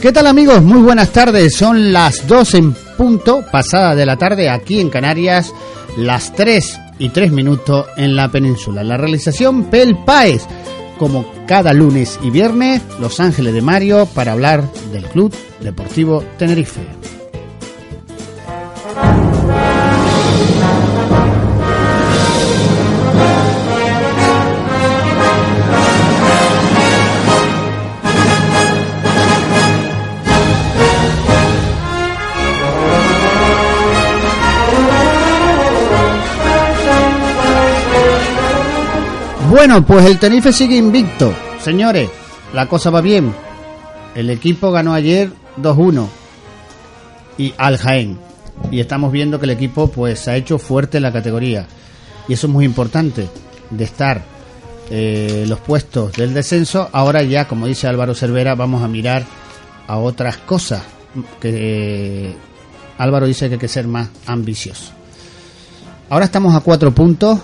¿Qué tal amigos? Muy buenas tardes. Son las 2 en punto, pasada de la tarde aquí en Canarias, las 3 y 3 minutos en la península. La realización Pel Paez, como cada lunes y viernes, Los Ángeles de Mario para hablar del Club Deportivo Tenerife. Bueno, pues el Tenerife sigue invicto. Señores, la cosa va bien. El equipo ganó ayer 2-1 y al Jaén. Y estamos viendo que el equipo pues se ha hecho fuerte en la categoría. Y eso es muy importante de estar eh, los puestos del descenso. Ahora ya, como dice Álvaro Cervera, vamos a mirar a otras cosas. Que eh, Álvaro dice que hay que ser más ambicioso. Ahora estamos a cuatro puntos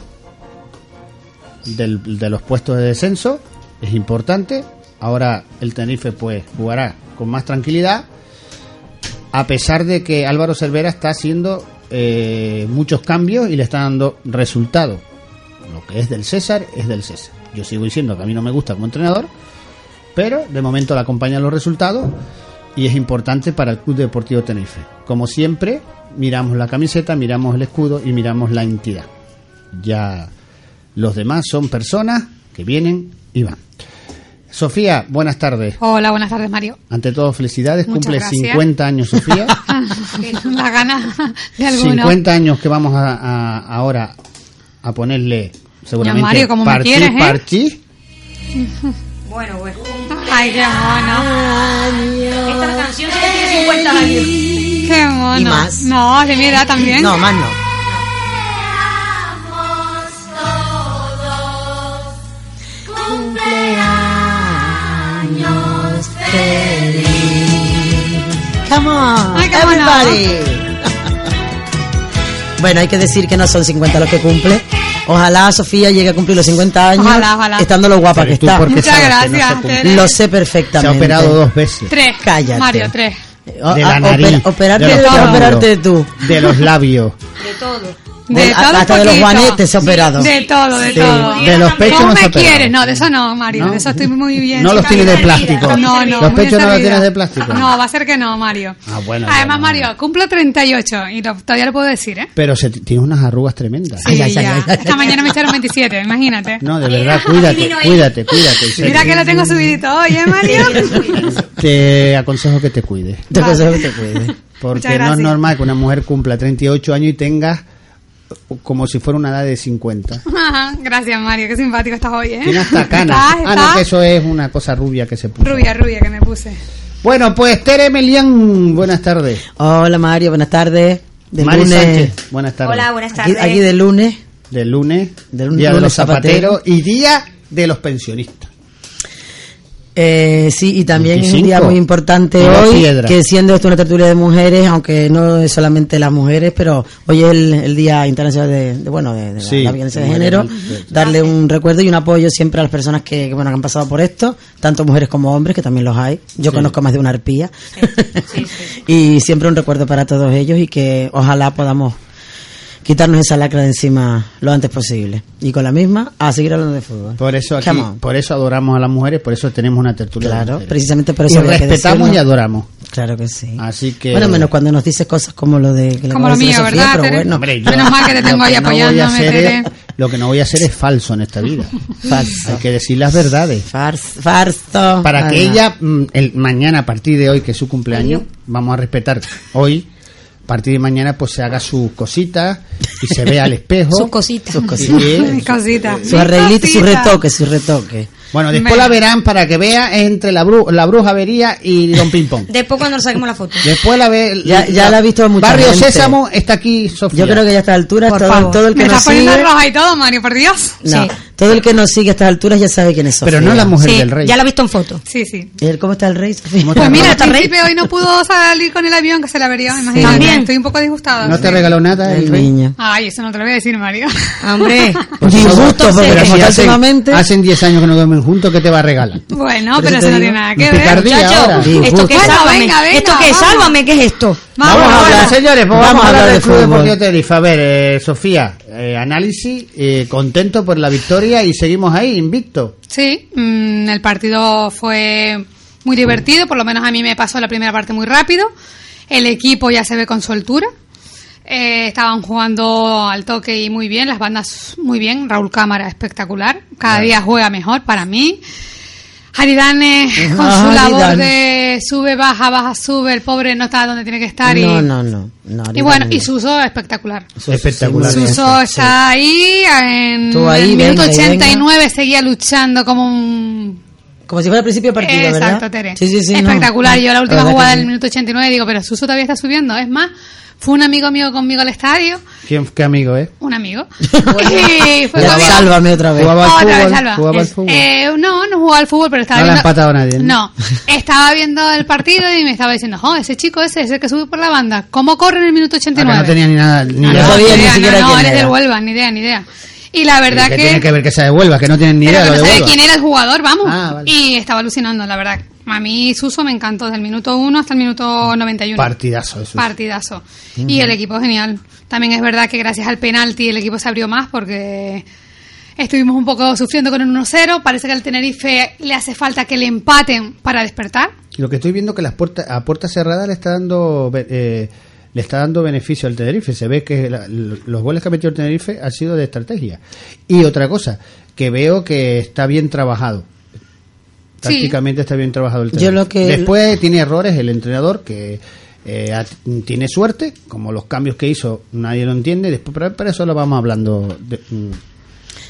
del- de los puestos de descenso es importante. Ahora el Tenerife pues jugará con más tranquilidad, a pesar de que Álvaro Cervera está haciendo eh, muchos cambios y le está dando resultados. Lo que es del César es del César. Yo sigo diciendo que a mí no me gusta como entrenador, pero de momento le acompañan los resultados y es importante para el Club Deportivo Tenerife. Como siempre, miramos la camiseta, miramos el escudo y miramos la entidad. Ya los demás son personas que vienen y van. Sofía, buenas tardes. Hola, buenas tardes, Mario. Ante todo, felicidades. Muchas Cumple gracias. 50 años, Sofía. Ah, La gana de alguno. 50 años que vamos a, a- ahora a ponerle seguramente Mario, como me parchís, quieres, ¿eh? parchís. Bueno, bueno. Ay, qué mono. Esta canción sí que tiene 50 años. Qué mono. Y más. No, de mi edad también. No, más no. Come on, Ay, cómo no. everybody. Bueno, hay que decir que no son 50 los que cumple. Ojalá Sofía llegue a cumplir los 50 años. Ojalá, ojalá. Estando lo guapa Pero que tú, está. ¿por qué Muchas sabes que no gracias, se cumple? Tere. Lo sé Se perfectamente. ha operado dos veces. Tres. Cállate. Mario, tres. O- de la a- nariz, oper- operarte de los de la- pómulos, operarte tú. de los labios, De todo. Del- todo un hasta de los poquito. guanetes operado. De todo, de Sí, todo. de los pechos ¿Cómo no se me opera. quieres? No, de eso no, Mario. ¿No? De eso estoy muy bien. No los chica, tienes de bien plástico. servida. No, no. Los muy bien pechos no los servida. tienes de plástico. No, va a ser que no, Mario. Ah, bueno, Además, bueno, Mario, bueno. cumplo 38 y lo- todavía lo puedo decir, ¿eh? pero se t- tiene unas arrugas tremendas. Sí, Ay, ay, ay, ya. ay, ay. Esta mañana me echaron 27, imagínate. No, de verdad, cuídate, cuídate, cuídate. en serio. Mira que lo tengo subidito, oye, Mario. Te aconsejo que te cuides, Te aconsejo que te cuides. Muchas porque no es gracias. normal que una mujer cumpla 38 años y tenga como si fuera una edad de 50. Ajá, Gracias, Mario, qué simpático estás hoy, ¿eh? Tiene hasta canas. Estás- Ah, no, estás que eso es una cosa rubia que se puso. Rubia, rubia que me puse. Bueno, pues Tere Melian, buenas tardes. Hola Mario, buenas tardes. Del Mari lunes. Sánchez, buenas tardes. Hola, buenas Aquí, tardes. aquí de lunes. Del lunes, Del lunes día de los zapatero. zapateros y día de los pensionistas. Eh, sí, y también es un 25. día muy importante Y la hoy, piedra. que siendo esto una tertulia de mujeres, aunque no es solamente las mujeres, pero hoy es el, el Día Internacional de, de, bueno, de, de la- Sí, la violencia de mujeres, género, sí. darle un recuerdo y un apoyo siempre a las personas que, que, bueno, que han pasado por esto, tanto mujeres como hombres, que también los hay, yo conozco más de una arpía, Sí, sí. y siempre un recuerdo para todos ellos y que ojalá podamos quitarnos esa lacra de encima lo antes posible. Y con la misma, a seguir hablando de fútbol. Por eso aquí, Come on. por eso adoramos a las mujeres, por eso tenemos una tertulia. de Claro, mujeres. precisamente por Y eso había que respetamos decirlo. y adoramos. Claro que sí. Así que Bueno, menos cuando nos dices cosas como lo de... que le Como acabo lo de decir mío, a Sofía, ¿verdad, pero Tere? bueno. Hombre, yo- Menos mal que te tengo lo ahí que no voy a apoyándome, hacer es- Tere. lo que no voy a hacer es falso en esta vida. Falso. Hay que decir las verdades. Farso. Farso. Para que Anda. ella, mm, el, mañana, a partir de hoy, que es su cumpleaños, vamos a respetar hoy, a partir de mañana, pues se haga sus cositas y se vea al espejo. Sus cositas. Sus Mis cositas. Eh, Su arreglito, su Mis cositas. retoque, su retoque. Bueno, después Me- la verán para que vea entre la, bru- la bruja avería y Don Ping Pong. Después cuando nos saquemos la foto. Después la ve. Ya- ya la ha visto mucha Barrio gente. Sésamo está aquí, Sofía. Yo creo que ya a estas alturas Por todo, favor. todo el que Me nos estás poniendo sigue... roja y todo, Mario, por Dios. No, Sí. todo el que nos sigue a estas alturas ya sabe quién es Sofía. Pero no la mujer del rey. ya la he visto en foto. Sí, sí. ¿Y él ¿Cómo está el rey, Sofía? ¿Cómo Pues Pero mira, no al está rey. principio hoy no pudo salir con el avión que se la vería, imagínate. También. Estoy un poco disgustada. No te regaló nada Ay, el rey. niña. Ay, eso no te lo voy a decir, Mario. Ah, Hombre. Disgusto, porque Pero como Pues si está hacen- últimamente- Hacen 10 años que no duermen comen juntos, ¿qué te va a regalar? Bueno, Por pero eso eso te no digo, tiene nada que ver. Picardía Chacho, ahora. Disgusto. esto que es Bueno, sálvame, venga, venga, esto que es vamos. sálvame, ¿qué es esto? Vamos, Vamos a vamos. hablar, señores, pues vamos, a hablar del Club de fútbol. Deportivo Tenerife. A ver, eh, Sofía, eh, análisis, eh, contento por la victoria y seguimos ahí, invicto. Sí, mm, el partido fue muy divertido, por lo menos a mí me pasó la primera parte muy rápido. El equipo ya se ve con soltura. Eh, estaban jugando al toque y muy bien, las bandas muy bien. Raúl Cámara espectacular, cada día juega mejor para mí. Aridane con su Ah, labor Aridane. de sube, baja, baja, sube, el pobre no está donde tiene que estar. y, No, no, no. no y ahorita bueno, no. y Suso espectacular. Suso, Espectacular. sí, muy bien. Suso está ahí, en Tú ahí, el minuto venga y 89 seguía luchando como un... Como si fuera al principio de partido, ¿verdad? Exacto, Tere. Sí, sí, sí. no. Espectacular. Yo la última verdad que jugada no. del minuto 89 digo, pero Suso todavía está subiendo. Es más, fue un amigo mío conmigo al estadio, ¿Quién, ¿Qué amigo ¿eh? es? un amigo. y fue Ya, conmigo. Sálvame otra vez. Jugaba al "Oh, Otra fútbol, vez, Alba. jugaba al Es- fútbol. eh, no, no jugaba al fútbol, pero estaba No le ha viendo... empatado a nadie, ¿no? ¿no? estaba viendo el partido y me estaba diciendo, oh, ese chico ese es el que sube por la banda. ¿Cómo corre en el minuto Ah, que 89? no tenía ni nada. Ni No, No idea. Ah, no, sabía ni idea, siquiera no, no, quién eres era. del Huelva, ni idea, ni idea. Y la verdad ¿Qué que... tiene que ver que se devuelva? Que no tienen ni pero idea que lo no de sabía Huelva. quién era el jugador, vamos. Ah, vale. Y estaba alucinando, la verdad. A mí Suso me encantó desde el minuto 1 hasta el Ah, minuto 91. Partidazo eso. Partidazo. Y el equipo genial. También es verdad que gracias al penalti el equipo se abrió más porque estuvimos un poco sufriendo con el 1-0. Parece que al Tenerife le hace falta que le empaten para despertar. Lo que estoy viendo que las puertas a puerta cerrada le está dando eh, le está dando beneficio al Tenerife. Se ve que la- los goles que ha metido el Tenerife han sido de estrategia. Y otra cosa, que veo que está bien trabajado. Sí. Tácticamente está bien trabajado el Yo Tenerife. lo que- Después tiene errores el entrenador que eh, ha- tiene suerte, como los cambios que hizo nadie lo entiende. Después, pero, pero eso lo vamos hablando. de- mm,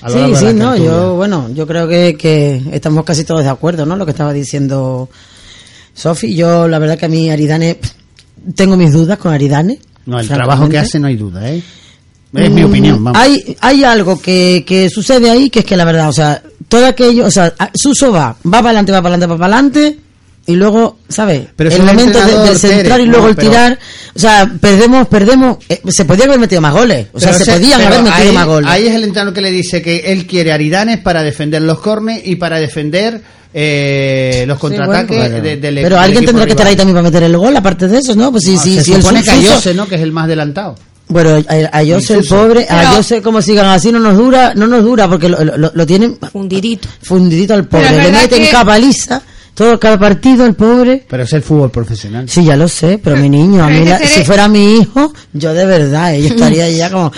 a lo largo Sí, de la sí, no, tertulia. yo, bueno, yo creo que, que estamos casi todos de acuerdo, ¿no? Lo que estaba diciendo Sofi, yo la verdad que a mí Aridane, pff, tengo mis dudas con Aridane. No, el francamente. trabajo que hace no hay duda, ¿eh? Es mi opinión, vamos. Hay, hay algo que, que sucede ahí que es que la verdad, o sea, todo aquello, o sea, a- Suso va, va para adelante, va para adelante, va para adelante, y luego, ¿sabes? Pero si el el momento de, entrenador, del centrar y Tere, luego no, el pero- tirar, o sea, perdemos, perdemos, eh, se podían haber metido más goles, o sea, Pero se, ese- podían pero haber metido ahí, más goles. Ahí es el entrenador que le dice que él quiere Aridanes para defender los cornes y para defender eh, los Sí, bueno, contraataques claro. de- del Pero del alguien equipo tendrá que estar ahí rival. también para meter el gol, aparte de eso, ¿no? Pues sí, No, sí, se sí, el supone que Suso- Ayose, ¿no? Que es el más adelantado. Bueno, a, a Ayose, el Suso. pobre, a Pero- Ayose, como sigan así, no nos dura, no nos dura, porque lo, lo- lo tienen Fundidito. fundidito al Pero pobre. es Le verdad meten que- cada paliza, todo cada partido al pobre. Pero es el fútbol profesional. Sí, ya lo sé, pero mi niño, a pero mí es la- que e- seré- si fuera mi hijo, yo de verdad, eh, yo estaría ya como...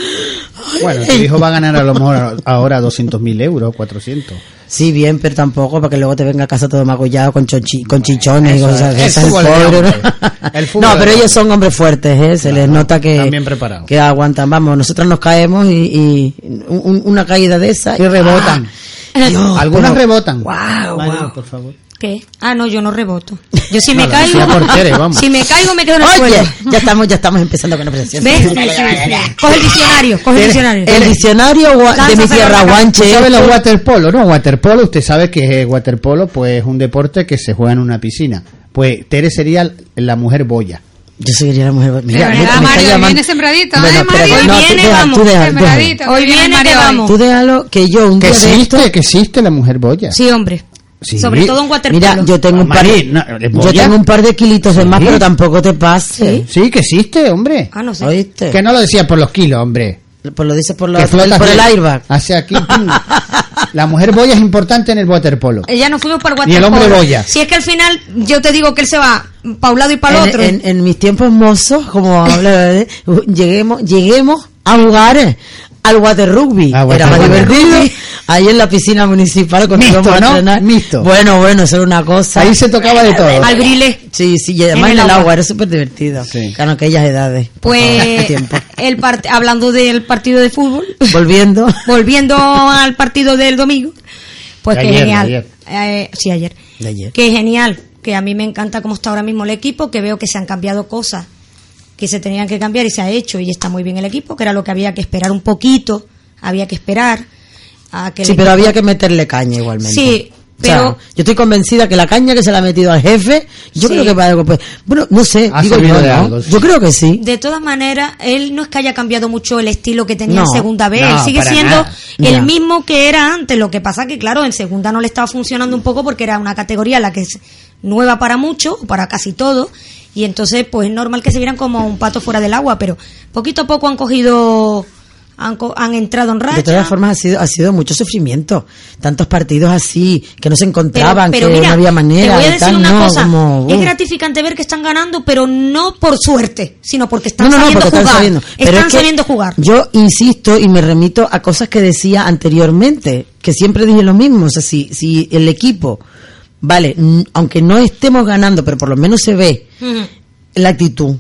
Bueno, tu hijo va a ganar a lo mejor ahora 200.000 euros, 400. Sí, bien, pero tampoco para que luego te venga a casa todo magullado con, chonchi- con chichones y eso cosas es- de el esas, el fútbol de pobre, hombre. ¿no? El fútbol No, de pero hombre. ellos son hombres fuertes, ¿eh? se les nota que, están bien preparados. que aguantan. Vamos, nosotros nos caemos y, y un- una caída de esa. Y rebotan. Ah. Dios, Algunas ah, pero- rebotan. Guau, Vale, guau. por favor. ¿Qué? Ah, no, yo no reboto. Yo si No, me la caigo... decía por Tere, vamos. Si me caigo me quedo en el Oye, suelo. ya estamos, ya estamos empezando con la presentación. ¿Ves? Coge el diccionario, coge el diccionario. El diccionario gua- de mi Lánzate tierra la boca. guanche. ¿Sabe la waterpolo? No, waterpolo, usted sabe que eh, waterpolo pues es un deporte que se juega en una piscina. Pues Tere sería la mujer boya. Yo soy la mujer. Mira, verdad, mira, me está Mario, llamando. viene sembradito, ¿eh, Bueno, espera, Mario? no, tú Viene, deja, vamos, tú deja, deja. Sembradito, que Hoy viene viene, Mario te hoy. vamos. Tú déjalo que yo un Que día de esto. existe, que existe la mujer boya. Sí, hombre. Sí. Sobre todo en waterpolo. Mira, yo tengo un par Mari, de, no, ¿le yo voy a? tengo un par de kilitos de más, Sí. pero tampoco te pases. Sí, que existe, hombre. Ah, no sé. ¿Oíste? Que no lo decía por los kilos, hombre. Pues lo dices por, la, que flotas por el bien. airbag. Hacia aquí. pum. la mujer boya es importante en el waterpolo. Eh, Ya nos fuimos para Y el waterpolo. hombre boya. Si es que al final yo te digo que él se va para un lado y para el En, otro. en- en mis tiempos mozos, como habla, eh, lleguemos, lleguemos a jugar al water rugby. Ah, water Era más rugby. divertido. Ahí en la piscina municipal cuando Mixto, íbamos a ¿no? entrenar. Mixto. Bueno, bueno, eso era una cosa. Ahí se tocaba de todo. Al brilé. Sí, sí, y además en En el el agua, agua. era súper divertido. Sí. Claro, aquellas edades. por favor, qué Pues tiempo. el part- hablando del partido de fútbol, Volviendo. volviendo al partido del domingo, pues De que ayer, de genial. ayer. Eh, sí, ayer. De ayer. Que genial, que a mí me encanta cómo está ahora mismo el equipo, que veo que se han cambiado cosas que se tenían que cambiar y se ha hecho y está muy bien el equipo, que era lo que había que esperar un poquito, había que esperar a que el Sí, pero equipo- había que meterle caña igualmente. Sí, Pero O sea, yo estoy convencida que la caña que se le ha metido al jefe, yo Sí. creo que para algo, pues, bueno, no sé, Ha digo yo, servido de ¿no? algo, sí. yo creo que sí. de todas maneras, él no es que haya cambiado mucho el estilo que tenía No, en segunda vez. no, él sigue para siendo nada. el Ya. mismo que era antes. Lo que pasa que, claro, en segunda no le estaba funcionando un poco porque era una categoría la que es nueva para muchos, para casi todos. Y entonces, pues es normal que se vieran como un pato fuera del agua, pero poquito a poco han cogido, han, co- han entrado en racha. De todas formas ha sido, ha sido mucho sufrimiento, tantos partidos así, que no se encontraban, que mira, no había manera, Te voy a y decir tal, una no, cosa. como, Es uh. gratificante ver que están ganando, pero no por suerte, sino porque están no, no, no, sabiendo porque jugar. están sabiendo. Pero Están es que sabiendo jugar. Yo insisto y me remito a cosas que decía anteriormente, que siempre dije lo mismo. O sea, si, si el equipo, vale, n- aunque no estemos ganando, pero por lo menos se ve Ujú. la actitud,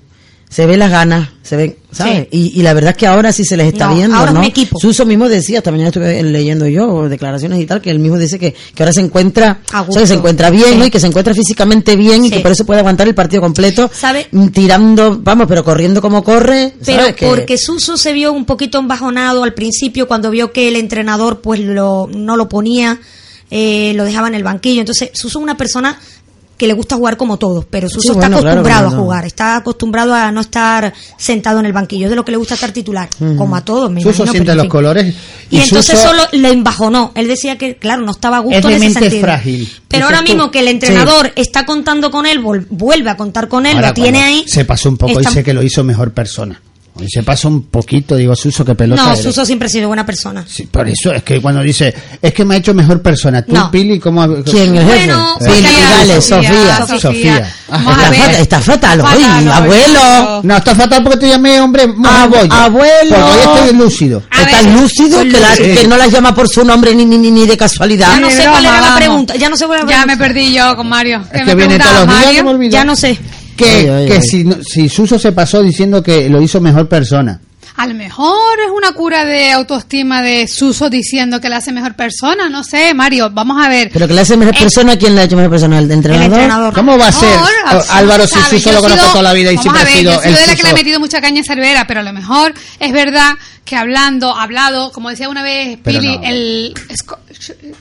se ve las ganas, se ven, ¿sabes? Y, y la verdad es que ahora sí se les está No, viendo, ahora es ¿no? un equipo. Suso mismo decía, esta mañana estuve leyendo yo declaraciones y tal, que él mismo dice que, que ahora se encuentra, A o sea, que gusto. se encuentra bien, Sí. ¿no? Y que se encuentra físicamente bien y Sí. que por eso puede aguantar el partido completo, ¿Sabe? mm, tirando, vamos, pero corriendo como corre, Pero ¿sabes? Que- porque Suso se vio un poquito embajonado al principio cuando vio que el entrenador pues lo, no lo ponía, eh, lo dejaba en el banquillo. Entonces Suso es una persona que le gusta jugar como todos, pero Suso Sí, está bueno, claro, acostumbrado claro, a no. jugar, está acostumbrado a no estar sentado en el banquillo, es de lo que le gusta estar titular, como a todos. me Suso imagino, siente pero en los fin. colores Y, entonces Suso- solo le embajonó. Él decía que, claro, no estaba a gusto Es de en ese mente sentido. frágil. Pero Dices ahora tú. mismo que el entrenador está contando con él, vol- vuelve a contar con él, Ahora, lo tiene cuando ahí. Se pasó un poco está- y sé que lo hizo mejor persona. Y se pasó un poquito, digo, Suso, que pelota. No, eres. Suso siempre ha sido buena persona. Sí, por eso es que cuando dice, es que me ha hecho mejor persona. Tú, No. Pili, ¿cómo? ha- ¿Quién es? Bueno, Jefe. Sofía, Pili, dale, Sofía. Sofía. Sofía. Vamos Ah, a está ver. fatal, está fatal hoy, hoy, abuelo. abuelo. No, está fatal porque te llamé, hombre, más Ab- bollo. abuelo. Porque hoy estoy lúcido. A Está ver, lúcido que, la- Sí. que no las llama por su nombre ni, ni, ni, ni de casualidad. Ya no Ni sé broma, cuál era la vamos. pregunta. Ya no sé cuál era la Ya me pregunta. perdí yo con Mario. Es me que viene todos preguntaba los días, ya me Mario. olvidé. Ya no sé. Que, Ay, ay, que ay. Si, no- si Suso se pasó diciendo que lo hizo mejor persona. A lo mejor es una cura de autoestima de Suso diciendo que la hace mejor persona. No sé, Mario, vamos a ver. Pero que le hace mejor persona, ¿quién le ha hecho mejor persona? ¿El entrenador? Eh, entrenador. ¿Cómo va a ser? No, no, O- Álvaro, si sabe, Suso yo lo he conozco sido- toda la vida y vamos siempre a ha ver, sido yo he sido el de la que le ha Suso. metido mucha caña a Cervera, pero a lo mejor es verdad que hablando, hablado, como decía una vez Pero Pili, no. el Sco-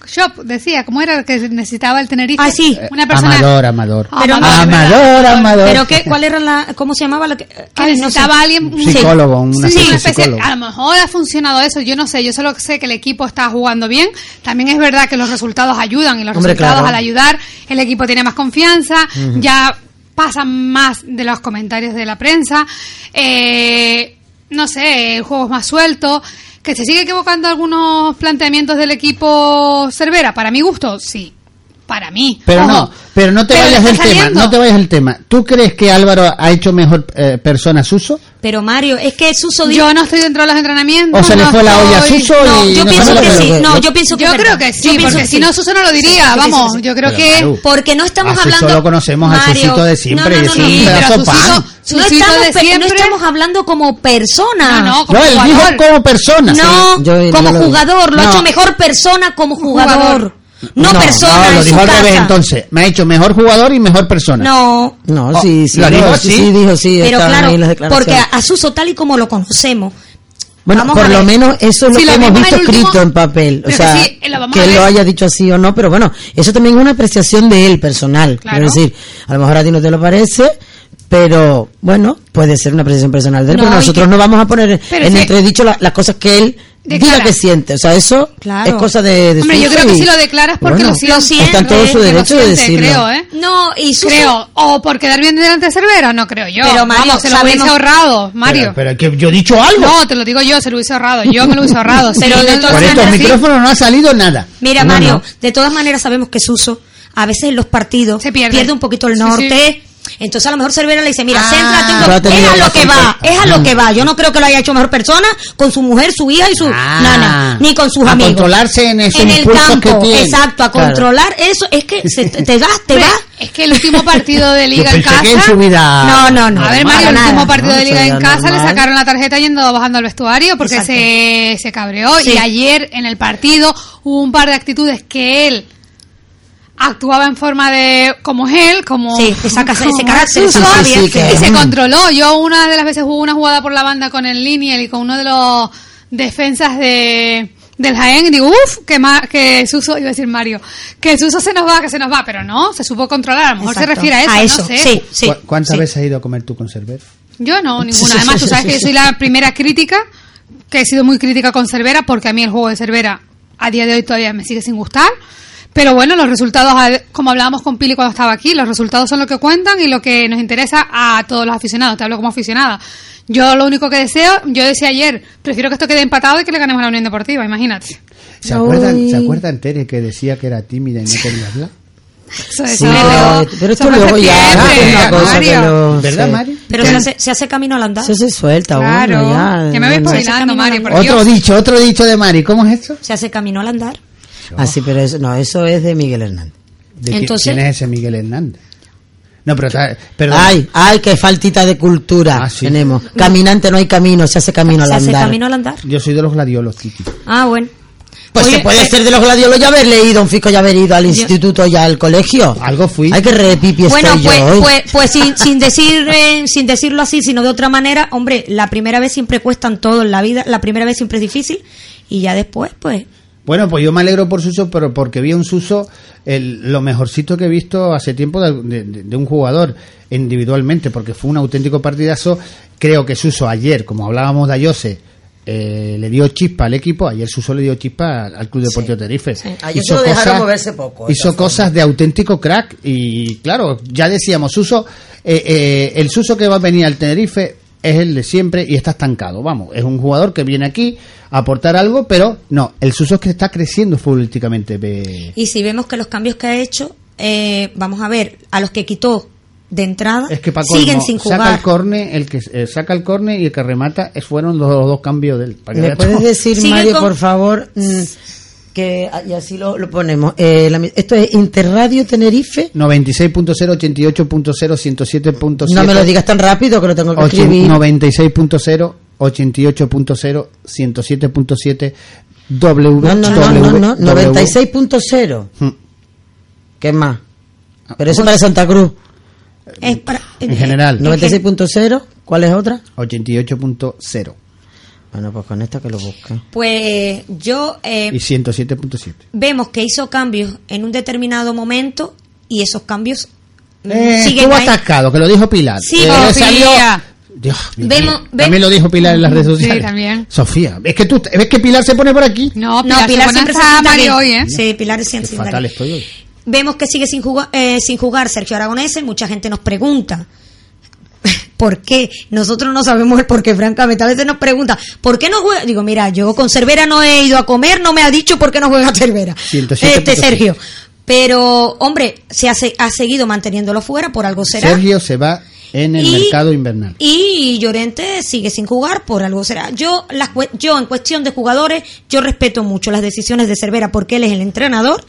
Shop decía, ¿cómo era que necesitaba el Tenerife? Ah, sí. Una persona Amador, amador. Pero- amador, amador. Pero qué, ¿cuál era la, cómo se llamaba la que? que ay, no sé. necesitaba alguien Un psicólogo, un Sí, asesor una especie- psicólogo. a lo mejor ha funcionado eso, yo no sé, yo solo sé que el equipo está jugando bien, también es verdad que los resultados ayudan y los Hombre, resultados claro. al ayudar, el equipo tiene más confianza, ya pasan más de los comentarios de la prensa, eh, no sé, el juego es más suelto, que se sigue equivocando algunos planteamientos del equipo Cervera, para mi gusto, sí, para mí. Pero Ojo, no, pero no te pero le vayas del está saliendo. tema, no te vayas del tema. ¿Tú crees que Álvaro ha hecho mejor eh, persona a Suso? Pero Mario, es que Suso dijo. Yo no estoy dentro de los entrenamientos. ¿O se le no fue la olla a estoy- Suso No, y yo no pienso sabemos que lo sí. que- No, lo- yo pienso que yo es creo verdad. que Yo sí, pienso porque que si sí. no Suso no lo diría, Sí, sí, sí, vamos, sí. yo creo Pero, que Maru, Porque no estamos a Suso hablando. lo conocemos, al Mario, Susito de siempre, No, y no, es no, un no, pero pedazo su de pan. Suso- su No Susito estamos, de pe- no siempre. estamos hablando como persona. No, no, No, él dijo jugador. como persona. No, yo- yo como lo- jugador, lo ha No. hecho mejor persona como jugador. Jugador. No, persona no, lo en su dijo al casa. revés, entonces. Me ha hecho mejor jugador y mejor persona. No, No, Oh, sí, sí, ¿lo dijo? sí, Sí. sí, dijo, sí, pero estaban ahí las claro, declaraciones. porque a, a Suso tal y como lo conocemos. Bueno, Vamos a por lo ver. menos eso es Sí, lo lo que hemos vimos visto en el último- escrito en papel. O Pero sea, que sí, eh, lo vamos a que él lo ver. haya dicho así o no, pero bueno, eso también es una apreciación de él personal. Claro. Quiero decir, a lo mejor a ti no te lo parece, pero bueno, puede ser una apreciación personal de él, No, pero y nosotros que- no vamos a poner Pero en sí. entredicho la- las cosas que él diga Declara. que siente. O sea, eso Claro. es cosa de, de Hombre, yo suyo creo que y- si lo declaras porque bueno, lo siente. Está en todo su eh, que lo derecho de siente, decirlo. Creo, ¿eh? No, y Suso. Creo. O por quedar bien delante de Cervera, no creo yo. Pero, Mario, vamos, se lo sabemos- hubiese ahorrado, Mario. Pero, pero que yo he dicho algo. no, te lo digo yo, se lo hubiese ahorrado. Yo me lo hubiese ahorrado. Pero Sí, de no, todas Por no, estos no, sí. micrófonos no ha salido nada. Mira, No, Mario, no. de todas maneras sabemos que Suso a veces en los partidos Se pierde. un poquito el Sí, norte. Entonces a lo mejor Cervera le dice, mira, Ah. céntrate, Pero un ha poco". es tenido a lo razón, que va, pues. es a lo que Mm. va. Yo no creo que lo haya hecho mejor persona con su mujer, su hija y su Ah. nana, ni con sus A amigos. controlarse en esos En el impulsos campo, que tiene. exacto, a Claro. controlar eso. Es que se- te vas, te Hombre, vas. Es que el último partido de Liga Yo en pensé casa. que en su vida- No, no, no. a ver, para Mario, el nada. último partido de ¿no? Liga Eso en ya casa le normal. sacaron la tarjeta yendo bajando al vestuario porque Exacto. se, se cabreó. Sí. Y ayer en el partido hubo un par de actitudes que él actuaba en forma de como es él como Sí, esa casa- ese carácter, Suso, esa rabia, y sí, que- se mm. controló yo una de las veces hubo una jugada por la banda con el Liniel y con uno de los defensas de del Jaén y digo, uff, que, ma- que Suso, iba a decir Mario, que Suso se nos va, que se nos va, pero no, se supo controlar, a lo mejor se Exacto. refiere a eso, A eso, no sé. sí, sí. ¿Cu- ¿Cuántas sí. veces has ido a comer tú con Cervera? Yo no, ninguna. Además, tú sabes que yo soy la primera crítica, que he sido muy crítica con Cervera, porque a mí el juego de Cervera a día de hoy todavía me sigue sin gustar. Pero bueno, los resultados, a- como hablábamos con Pili cuando estaba aquí, los resultados son lo que cuentan y lo que nos interesa a todos los aficionados. Te hablo como aficionada. Yo lo único que deseo, yo decía ayer, prefiero que esto quede empatado y que le ganemos a la Unión Deportiva, imagínate. ¿Se acuerdan, ¿se acuerdan Tere, que decía que era tímida y no quería hablar? Eso, Sí, eso pero, lo- pero esto eso lo luego ya septiembre, es una cosa que Mario. lo- ¿Verdad, se- Mari? Pero se hace, se hace camino al andar. Eso se suelta Claro, uno ya. ya me voy no, no. espabilando, Mario, por Otro Dios. dicho, otro dicho de Mari. ¿Cómo es eso? Se hace camino al andar. Ah, sí, pero eso, no, eso es de Miguel Hernández. ¿De quién- Entonces- ¿Quién es ese Miguel Hernández? No, pero... está- Perdón. Ay, ay, qué faltita de cultura Ah, sí. tenemos. Caminante no hay camino, se hace camino al se hace andar. camino al andar. Yo soy de los gladiolos, Kiki. Ah, bueno. Pues Oye, se puede eh, ser de los gladiolos ya haber leído un fico, ya haber ido al instituto, ya al colegio. Algo fui. Hay que repipi estoy Bueno, pues, yo hoy. pues, pues sin, sin decir, eh, sin decirlo así, sino de otra manera, hombre, la primera vez siempre cuestan todo en la vida, la primera vez siempre es difícil y ya después, pues, Bueno, pues yo me alegro por Suso, pero porque vi a un Suso el, lo mejorcito que he visto hace tiempo de, de- de un jugador individualmente, porque fue un auténtico partidazo. Creo que Suso ayer, como hablábamos de Ayose, eh, le dio chispa al equipo. Ayer Suso le dio chispa al, al Club Deportivo Tenerife. Ayose lo dejaron moverse poco, de Hizo todas formas. cosas de auténtico crack y claro, ya decíamos, Suso, eh, eh, el Suso que va a venir al Tenerife es el de siempre y está estancado, vamos, es un jugador que viene aquí a aportar algo, pero no, el Suso es que está creciendo futbolísticamente. ve. y si vemos que los cambios que ha hecho, eh, vamos a ver, a los que quitó de entrada, Es que Paco siguen sin saca el jugar. corne, el que eh, saca el corne y el que remata eh, fueron los, los dos cambios del. para que ¿Me veas puedes tú. decir, Sigue Mario, con- por favor, mm, que ah, y así lo, lo ponemos? Eh, la mi- esto es Interradio Tenerife. 96.0, 88.0, 107.7. No me lo digas tan rápido que lo tengo que Ochi- escribir. 96.0, 88.0, 107.7, W. No, no, no, no, no, W. 96.0. Hmm. ¿Qué más? Ah, Pero pues- eso para Santa Cruz. Es para- En general, 96.0. ¿Cuál es otra? 88.0 Bueno, pues con esta que lo busca. Pues yo eh, y 107.7. vemos que hizo cambios en un determinado momento y esos cambios mm, Eh, siguen estuvo ahí. atascado, que lo dijo Pilar. Sí, Eh, Sofía. le salió- Dios mío, Vemos- ve- también lo dijo Pilar en las redes sociales. también. Sofía, es que tú, ves que Pilar se pone por aquí. No, No, Pilar, Pilar se pone siempre se hasta sienta Mario hoy, bien. ¿eh? Sí, Pilar Qué siempre se sienta fatal bien. estoy hoy. Vemos que sigue sin jugar, eh, sin jugar Sergio Aragonese. Mucha gente nos pregunta. ¿Por qué? Nosotros no sabemos el por qué, francamente. A veces nos pregunta, ¿por qué no juega? Digo, mira, yo con Cervera no he ido a comer, no me ha dicho por qué no juega Cervera. 107.7. Este Sergio. Pero, hombre, se hace, ha seguido manteniéndolo fuera, por algo será. Sergio se va en el Y- mercado invernal. Y Llorente sigue sin jugar, por algo será. Yo, las cue- yo en cuestión de jugadores, yo respeto mucho las decisiones de Cervera porque él es el entrenador,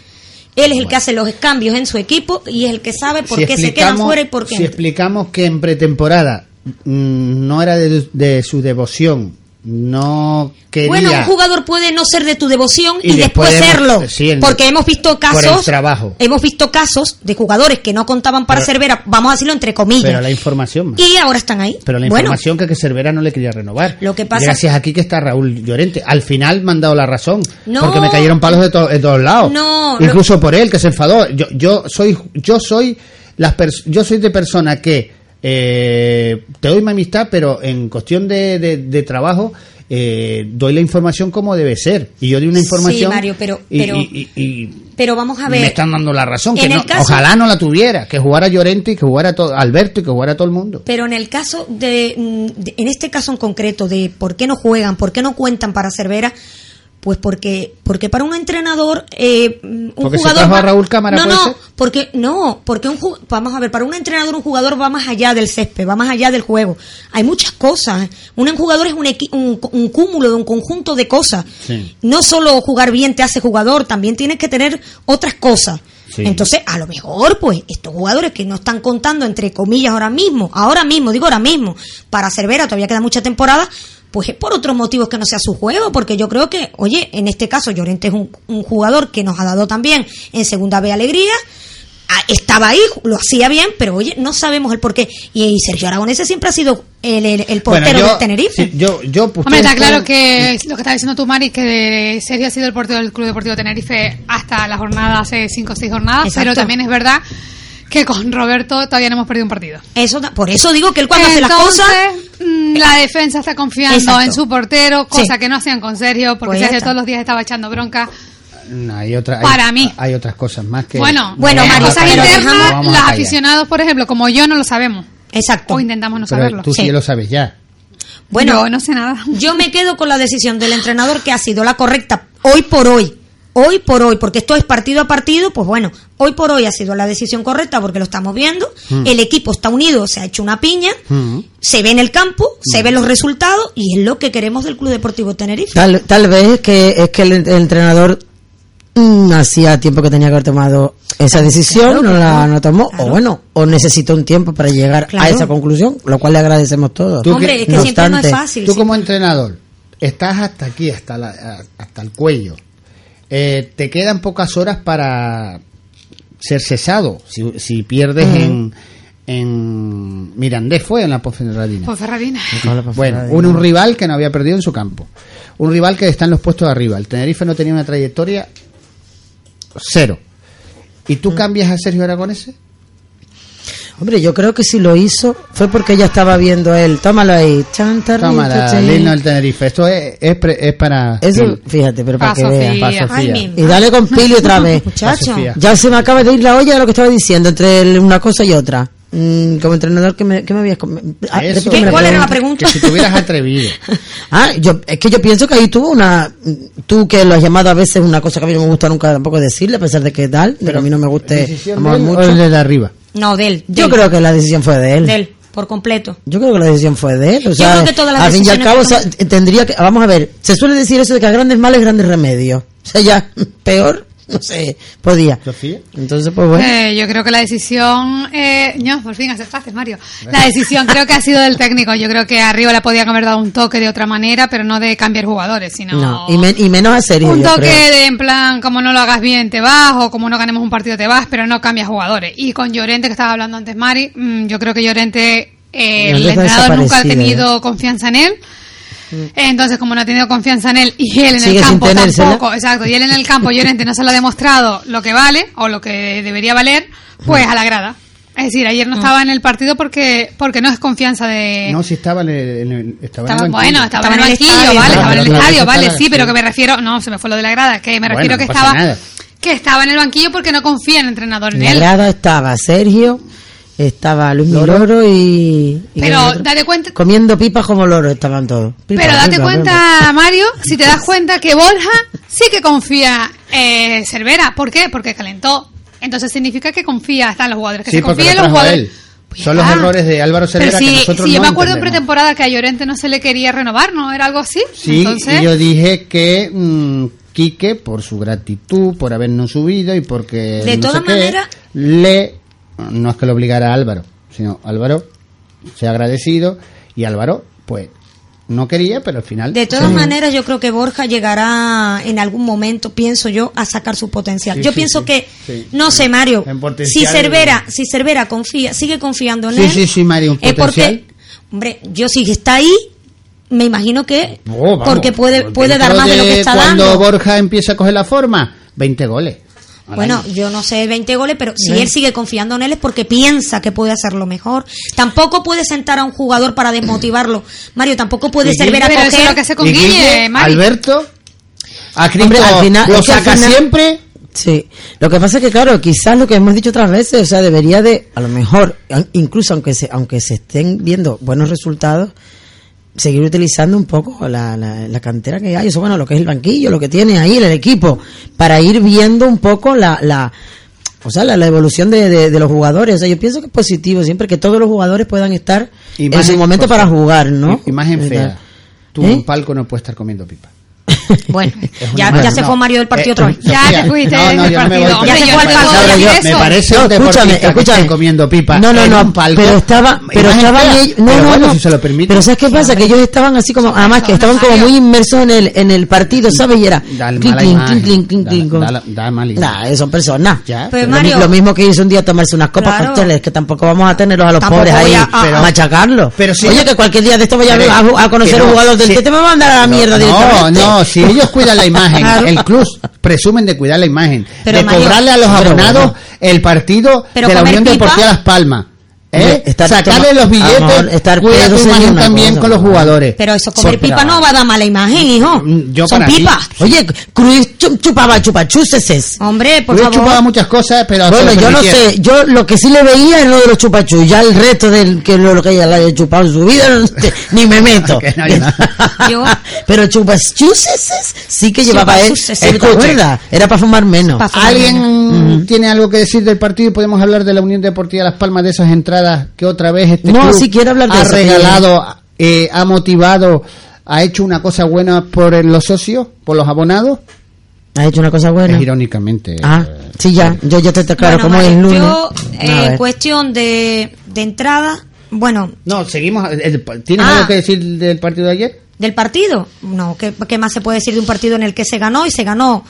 él es el que hace los cambios en su equipo y es el que sabe por qué se quedan explicamos- fuera y por qué. si entran. explicamos que en pretemporada mm, no era de, de su devoción, no quería. bueno, un jugador puede no ser de tu devoción y, Y después, después hemos- serlo, sí, en- porque hemos visto por el casos, trabajo. hemos visto casos de jugadores que no contaban para Pero- Cervera, vamos a decirlo entre comillas, Pero la información. más. y ahora están ahí. Pero la bueno, información que, que Cervera no le quería renovar. Lo que pasa- Gracias aquí que está Raúl Llorente. Al final me han dado la razón. No. Porque me cayeron palos de, to- de todos lados. No, no. Incluso por él, que se enfadó. Yo, yo soy, yo soy las pers- yo soy de persona que eh, te doy mi amistad, pero en cuestión de, de- de trabajo. eh, doy la información como debe ser y yo di una Sí, información Mario, pero- y- pero- y- y- y pero vamos a ver. me están dando la razón que en el no- caso- ojalá no la tuviera que jugara Llorente y que jugara todo Alberto y que jugara todo el mundo Pero en el caso de, mm, de- en este caso en concreto de por qué no juegan, por qué no cuentan para Cervera, pues porque, porque para un entrenador, eh, mm, un Porque se jugador trajo a va- Raúl Cámara, no, ¿puede no, ser? porque no, porque un ju- vamos a ver, para un entrenador un jugador va más allá del césped, va más allá del juego. Hay muchas cosas. Un jugador es un, equi- un, cu- un cúmulo de un conjunto de cosas. Sí. No solo jugar bien te hace jugador, también tienes que tener otras cosas. Sí. Entonces entonces, a lo mejor, pues, estos jugadores que no están contando, entre comillas, ahora mismo, ahora mismo, digo ahora mismo, para Cervera todavía queda mucha temporada, pues es por otros motivos que no sea su juego, porque yo creo que, oye, en este caso, Llorente es un, un jugador que nos ha dado también en segunda B alegría, a- estaba ahí, lo hacía bien, pero oye, no sabemos el porqué. Y, y Sergio Aragonese siempre ha sido el, el- el portero Bueno, yo- del Tenerife. sí, yo, yo, pues, Hombre, está ustedes claro pueden- que lo que está diciendo tú, Mari, que Sergio ha sido el portero del Club Deportivo Tenerife hasta la jornada, hace 5 o 6 jornadas, Exacto. pero también es verdad que con Roberto todavía no hemos perdido un partido. Eso, da- por eso digo que él cuando Entonces, hace las cosas mm, la defensa está confiando Exacto. en su portero, cosa Sí. que no hacían con Sergio, porque Pues ya Sergio está. todos los días estaba echando bronca. No, hay otra- hay- Para mí. Hay otras cosas más que. bueno, no bueno, vamos las a Mari, callar, cosas pero no internas, vamos a los callar. aficionados, por ejemplo, como yo, no lo sabemos. Exacto. O intentamos no Pero saberlo. Tú sí. Sí. lo sabes ya. Bueno, Yo no sé nada. yo me quedo con la decisión del entrenador que ha sido la correcta hoy por hoy. Hoy por hoy, porque esto es partido a partido, pues bueno, hoy por hoy ha sido la decisión correcta porque lo estamos viendo. El equipo está unido, se ha hecho una piña, Mm. se ve en el campo, se ven los resultados y es lo que queremos del Club Deportivo Tenerife. Tal, tal vez que es que el, el entrenador mm, hacía tiempo que tenía que haber tomado esa decisión, claro, no la claro, no tomó, o claro. bueno, o necesitó un tiempo para llegar a Claro. esa conclusión, lo cual le agradecemos todos. Tú Hombre, que- es que no siempre no es obstante, fácil. Tú sí. como entrenador, estás hasta aquí, hasta, la, a- hasta el cuello. Eh, te quedan pocas horas para ser cesado si, si pierdes Mm. en, en Mirandés, fue en la Ponferradina. Pues Ferradina. Bueno, un, un rival que no había perdido en su campo. Un rival que está en los puestos de arriba. El Tenerife no tenía una trayectoria cero. ¿Y Mm. tú cambias a Sergio Aragonese? Hombre, yo creo que si lo hizo fue porque ya estaba viendo él. Tómalo ahí. Chan, tarrito, Tómala, chan. el himno del Tenerife. Esto es, es, pre- es para... Eso, fíjate, pero para Pa' que Sofía. vea. para Ay, Sofía. mi- Y dale con Pili otra vez. Muchacho. Sofía. Ya se me acaba de ir la olla de lo que estaba diciendo, entre el- una cosa y otra. Mm, como entrenador, ¿qué me, qué me habías com- Ah, Eso. repíteme ¿Qué- cuál era la Que si te hubieras atrevido. Ah, yo, es que yo pienso que ahí tuvo una. mm, Tú que lo has llamado a veces una cosa que a mí no me gusta nunca tampoco decirle, a pesar de que tal, de que a mí no me guste a lo Amor, mejor mucho. mucho. de arriba. No, del. Yo del- creo que la decisión fue de él. del, por completo. Yo creo que la decisión fue de él. O sea, creo que todas las al fin y al decisiones cabo, que o sea, tendría que. Vamos a ver, se suele decir eso de que a grandes males, grandes remedios. O sea, ya, peor, no sé, podía. Sofía. Entonces, pues bueno. Eh, yo creo que la decisión, eh, no, por fin aceptaste, Mario. La decisión creo que ha sido del técnico. Yo creo que arriba la podían haber dado un toque de otra manera, pero no de cambiar jugadores, sino No, y, men- y menos a serio. un yo toque creo. de en plan, como no lo hagas bien te vas o como no ganemos un partido te vas, pero no cambias jugadores. Y con Llorente que estaba hablando antes, Mari, mm, yo creo que Llorente, eh, el Llorente está entrenador nunca ha desaparecido, ¿eh? Mm. tenido confianza en él. Entonces, como no ha tenido confianza en él y él en Sigue el sin campo tenérsela. tampoco, exacto, y él en el campo Llorente no se lo ha demostrado lo que vale o lo que debería valer, pues Mm. a la grada. Es decir, ayer no estaba en el partido porque porque no es confianza de Eh. No, si estaba en el... en el- estaba en el estaba, banquillo. bueno, estaba, en el banquillo, estadio. vale, Claro, estaba en el pero claro, estadio, eso vale, estaba- sí, pero que me refiero, no, se me fue lo de la grada, que me Bueno, refiero no que pasa estaba nada. que estaba en el banquillo porque no confía en el entrenador en En la él. grada estaba Sergio, estaba Luis Loro. Loro y, y Pero el otro. date cuenta- comiendo pipas como loro estaban todos. Pipa, Pero date pipa, cuenta, Mario, si te das cuenta que Borja sí que confía eh, Cervera, ¿por qué? Porque calentó. Entonces significa que confía, están los jugadores, que Sí, se porque confía en lo los trajo jugadores. él. Son los errores de Álvaro Cervera Pero que si, nosotros si yo no me acuerdo en entendemos. pretemporada que a Llorente no se le quería renovar, ¿no? Era algo así. Sí, Entonces, y yo dije que mm, Quique, por su gratitud, por habernos subido y porque... De no sé todas qué, maneras- Le... No es que lo obligara a Álvaro, sino Álvaro se ha agradecido y Álvaro, pues, no quería, pero al final... De todas Sí. maneras, yo creo que Borja llegará en algún momento, pienso yo, a sacar su potencial. Sí, yo sí, pienso sí, que, sí. no sé, Mario, En si potencial- Cervera, si Cervera confía, sigue confiando en Sí, él. sí, sí, Mario, un es potencial. porque, hombre, yo sí que está ahí, me imagino que, Oh, vamos, porque puede, porque puede dar dentro más de, lo de que está cuando dando. Borja empieza a coger la forma, 20 goles. al Bueno, año. yo no sé 20 goles, pero si Sí. él sigue confiando en él es porque piensa que puede hacerlo mejor. Tampoco puede sentar a un jugador para desmotivarlo. Mario, tampoco puede Y Guille- Cervera Pero eso es coger- lo que hace con Y Guille, Mari. Alberto, a Cristo Hombre, al final- lo es que al saca final- siempre. Sí, lo que pasa es que claro, quizás lo que hemos dicho otras veces, o sea, debería de, a lo mejor, an- incluso aunque se, aunque se estén viendo buenos resultados, seguir utilizando un poco la, la, la cantera que hay, eso bueno, lo que es el banquillo, lo que tiene ahí el equipo, para ir viendo un poco la, la o sea, la, la evolución de, de- de los jugadores. O sea, yo pienso que es positivo siempre que todos los jugadores puedan estar en Imagen- su momento por para favor. jugar, ¿no? I- Imagen Y tal. fea. Tú ¿Eh? en un palco no puedes estar comiendo pipa. Bueno, Es una ya, mala, ya se no. fue Mario del partido Eh, otra vez. Sofía, Ya te fuiste no, no, del yo no me partido. voy. Ya Yo se fue al no, palco. no, Ahora yo- decir Me eso. parece No, un escúchame, deportista que escúchame. esté comiendo pipa. No, no, en no, un palco. pero estaba, pero Imagen estaban fea. ellos, no, Pero no, bueno, no. si se lo permite. Pero ¿sabes qué pasa? Que ellos estaban así como, además que no, estaban como Mario. muy inmersos en el, en el partido, ¿sabes? Y era, Da clink, mala clink, imagen, clink, clink, da- clink, da- clink. da mala imagen. Nah, eh, son personas. Ya. Pues, Lo mi- Mario. Lo mismo que hice un día tomarse unas copas Claro. cócteles, que tampoco vamos a tenerlos a los Tampoco pobres ahí, voy a- a- pero- machacarlos. pero si- Oye, que cualquier día de esto voy a, Pero- a- a conocer que no, un jugador del si- que te me va a mandar a la No, mierda no, directamente. no, si ellos cuidan la imagen, Claro. el club presumen de cuidar la imagen, Pero, de Mario- cobrarle a los Pero abonados bueno. el partido Pero de la comer Unión pipa- Deportiva Las Palmas. ¿eh? Hombre, estar Sacarle toma- los a lo mejor billetes, estar cuida pedo tu sería imagen una también cosa, con los ¿no? jugadores. Pero eso, comer Pero- pipa no va a dar mala imagen, hijo. Mm, yo Son para mí- pipas. Oye, Cruz chup- chupaba chupachuces. Hombre, por Luis favor. chupaba muchas cosas, pero se Bueno, lo yo no permitieron. sé, yo lo que sí le veía era lo de los chupachus, ya el resto del que lo lo que ella le haya chupado en su vida no te- ni me meto. Ok, no, yo no. Yo- Pero chupachuses sí que llevaba él, Chupachuses, ¿te escuche. acuerdas? Era para fumar menos. Pa' fumar. ¿Alguien tiene algo que decir del partido? ¿Podemos hablar de la Unión Deportiva Las Palmas, de esas entradas que otra vez este No, club sí quiero hablar de ha eso, regalado, eh, ha motivado, ha hecho una cosa buena por eh, los socios, por los abonados? ¿Has hecho una cosa buena? Es irónicamente. Ah, eh, sí, ya, yo, yo te, te- claro, Bueno, como vale, es lunes. Yo, A eh, ver. cuestión de, de entrada, bueno, No, seguimos. eh, eh, ¿Tienes Ah. algo que decir del partido de ayer? del partido, no, ¿qué, qué más se puede decir de un partido en el que se ganó y se ganó,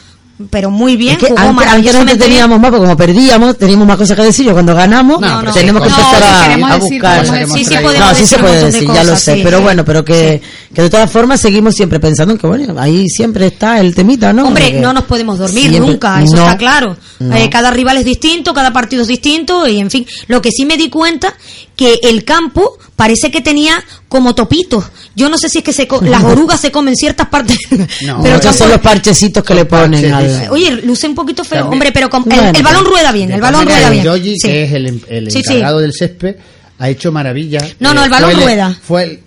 pero muy bien, Es que jugó antes, antes maravillosamente nosotros teníamos más, porque como perdíamos, teníamos más cosas que decir. Yo cuando ganamos, No, pero tenemos sí, que no, empezar sí a- queremos a, decir, buscar. podemos decir, sí, sí podemos no, sí se decir un puede montón de decir, ya cosas, lo sé. sí. Pero bueno, pero que, que de todas formas seguimos siempre pensando en que, bueno, ahí siempre está el temita, ¿no? Hombre, Porque no nos podemos dormir siempre- nunca, eso no, está claro. no. Eh, cada rival es distinto, cada partido es distinto y en fin, lo que sí me di cuenta que el campo parece que tenía como topitos. Yo no sé si es que se co- las orugas se comen ciertas partes, No, pero pero bueno, estos tampoco- son los parchecitos que le ponen parches, al. Oye, luce un poquito feo, También- hombre, pero con- el- el, Bueno, balón pero- rueda bien, De el todas balón maneras, rueda bien. el Yoyi, Sí. que es el, em- el Sí, sí. encargado del césped, ha hecho maravillas. No, no, el balón fue rueda. Fue el-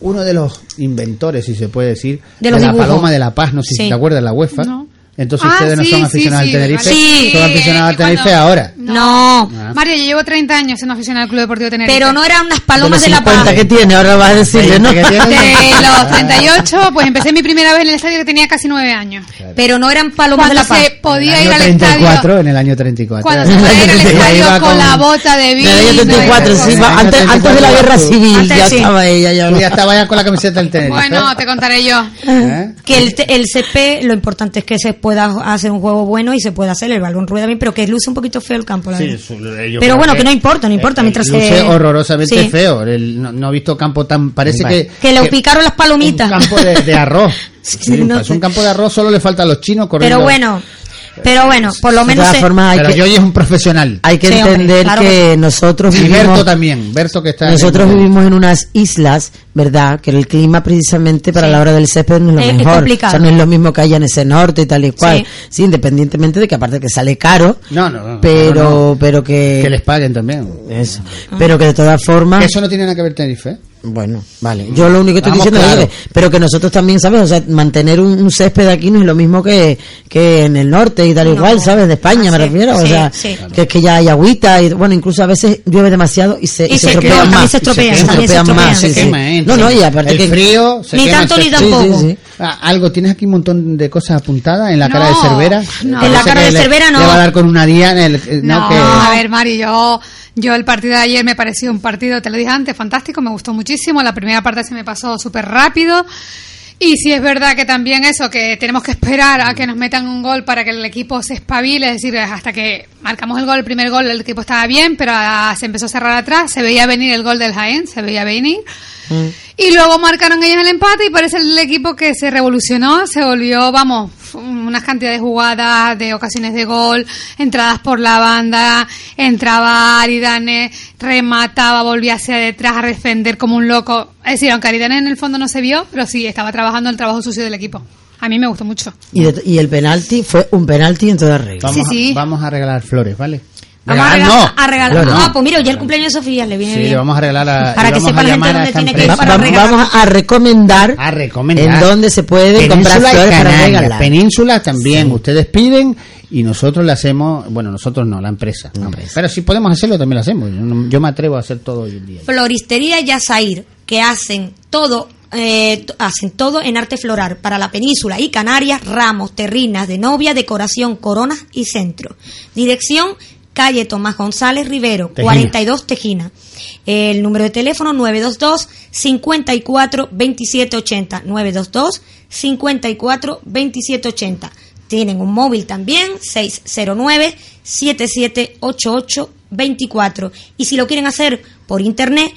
uno de los inventores, si se puede decir, De de, los la dibujos. Paloma de la Paz, no sé Sí. si te acuerdas, la UEFA. No. Entonces Ah, ustedes no sí, son sí, aficionados sí, al Tenerife, vale. Sí, son aficionados al cuando- Tenerife ahora. No, Ah. Mario, yo llevo 30 años siendo aficionada al Club Deportivo Tenerife. pero no eran unas de los palomas de, la 50 paz. que tiene, ahora vas a decirle, ¿no? Que tiene- De Eh, los 38, pues empecé mi primera vez en el estadio que tenía casi 9 años. Pero no eran palomas Cuando de la paz. se podía en ir el al año 34, estadio... en el año 34. Cuando se En podía ir el año al 34. Ahí va estadio con la bota de En vino... y el año esas 34, cosas. sí, En el va- año antes, antes de la 34, guerra civil, antes, ya sí. estaba ella, ya Tú no. ya estabas ya con la camiseta del Tenerife. Bueno, te contaré yo. ¿Eh? que el, te- el CP lo importante es que se pueda hacer un juego bueno y se pueda hacer el balón rueda bien pero que luce un poquito feo el campo la Sí, verdad. su- yo pero creo bueno que, no importa no importa eh, mientras luce se horrorosamente Sí. feo. El- no, no he visto campo tan. Parece Vale. que. que le picaron las palomitas Un campo de, de arroz. Sí, Sí, no parece sé. un campo de arroz, solo le falta a los chinos corriendo. pero bueno pero bueno por lo De menos todas se- formas, hay Pero que, Yoyi es un profesional. hay que Sí, hombre, entender claro que que- nosotros Y vivimos. Berto también. Berto que está. en- Nosotros vivimos en unas islas, ¿verdad? Que el clima precisamente para Sí. la hora del césped no es lo Es- es mejor. complicado. O sea, no es lo mismo que haya en ese norte y tal y cual. Sí, Sí. independientemente de que aparte que sale caro, No, no, no, no, pero no, no. pero que, eh, Que les paguen también. eso. Pero que de todas formas Ah. Que eso no tiene nada que ver Tenerife. ¿eh? bueno, vale. Yo lo único que estoy Vamos, diciendo claro. es que, pero que nosotros también, ¿sabes? O sea, mantener un, un césped aquí no es lo mismo que, que en el norte y tal No. igual, ¿sabes? De España Ah, me sí, refiero. o sí, sea, sí. que es que ya hay agüita y, bueno, incluso a veces llueve demasiado y se, Y se- estropean no, también más. se estropean, también se estropean más, estropean, sí, se sí. quema, ¿eh? No, no, y aparte el que... frío se Ni quema tanto el ni césped. Sí, tampoco sí, sí. Ah, algo, tienes aquí un montón de cosas apuntadas en la No, cara de Cervera. no. Parece En la cara que de le- Cervera no. Ah, Le va a dar con una diana. el- eh, no, No, que- a ver, Mari, yo, yo el partido de ayer me pareció un partido, te lo dije antes, fantástico, me gustó muchísimo. La primera parte se me pasó súper rápido. Y sí es verdad que también eso, que tenemos que esperar a que nos metan un gol para que el equipo se espabile, es decir, hasta que marcamos el gol, el primer gol, el equipo estaba bien, pero ah, se empezó a cerrar atrás, se veía venir el gol del Jaén, se veía venir. Y luego marcaron ellos el empate y parece el equipo que se revolucionó, se volvió, vamos, unas cantidades de jugadas, de ocasiones de gol, entradas por la banda, entraba Aridane, remataba, volvía hacia detrás a defender como un loco. Es decir, aunque Aridane en el fondo no se vio, pero sí, estaba trabajando el trabajo sucio del equipo. A mí me gustó mucho. Y, de- y el penalti fue un penalti en toda regla. Vamos, Sí, sí. A, vamos a regalar flores, ¿vale? vamos a Regalar, regalar, no. a regalar- Claro, ah no. pues mira hoy el cumpleaños de Sofía le viene Sí, bien le vamos a regalar a, Eh, Para le que vamos sepa a la llamar a gente dónde esta tiene que ir empresa. para Va- va- regalar. vamos a recomendar, a recomendar. en dónde se puede comprar Península y flores para Canarias, regalar. Península también. Ustedes piden y nosotros le hacemos. Bueno, nosotros no, la empresa. Pero si podemos hacerlo, también lo hacemos. Yo, no- yo me atrevo a hacer todo hoy en día. Floristería Yasair, que hacen todo eh, t- hacen todo en arte floral para la península y Canarias, ramos, terrinas, de novia, decoración, coronas y centro. Dirección, calle Tomás González Rivero, Tejina. 42 Tejina. El número de teléfono 922 54 27 80 922 54 27 80. Tienen un móvil también 609 7788 24 y si lo quieren hacer por internet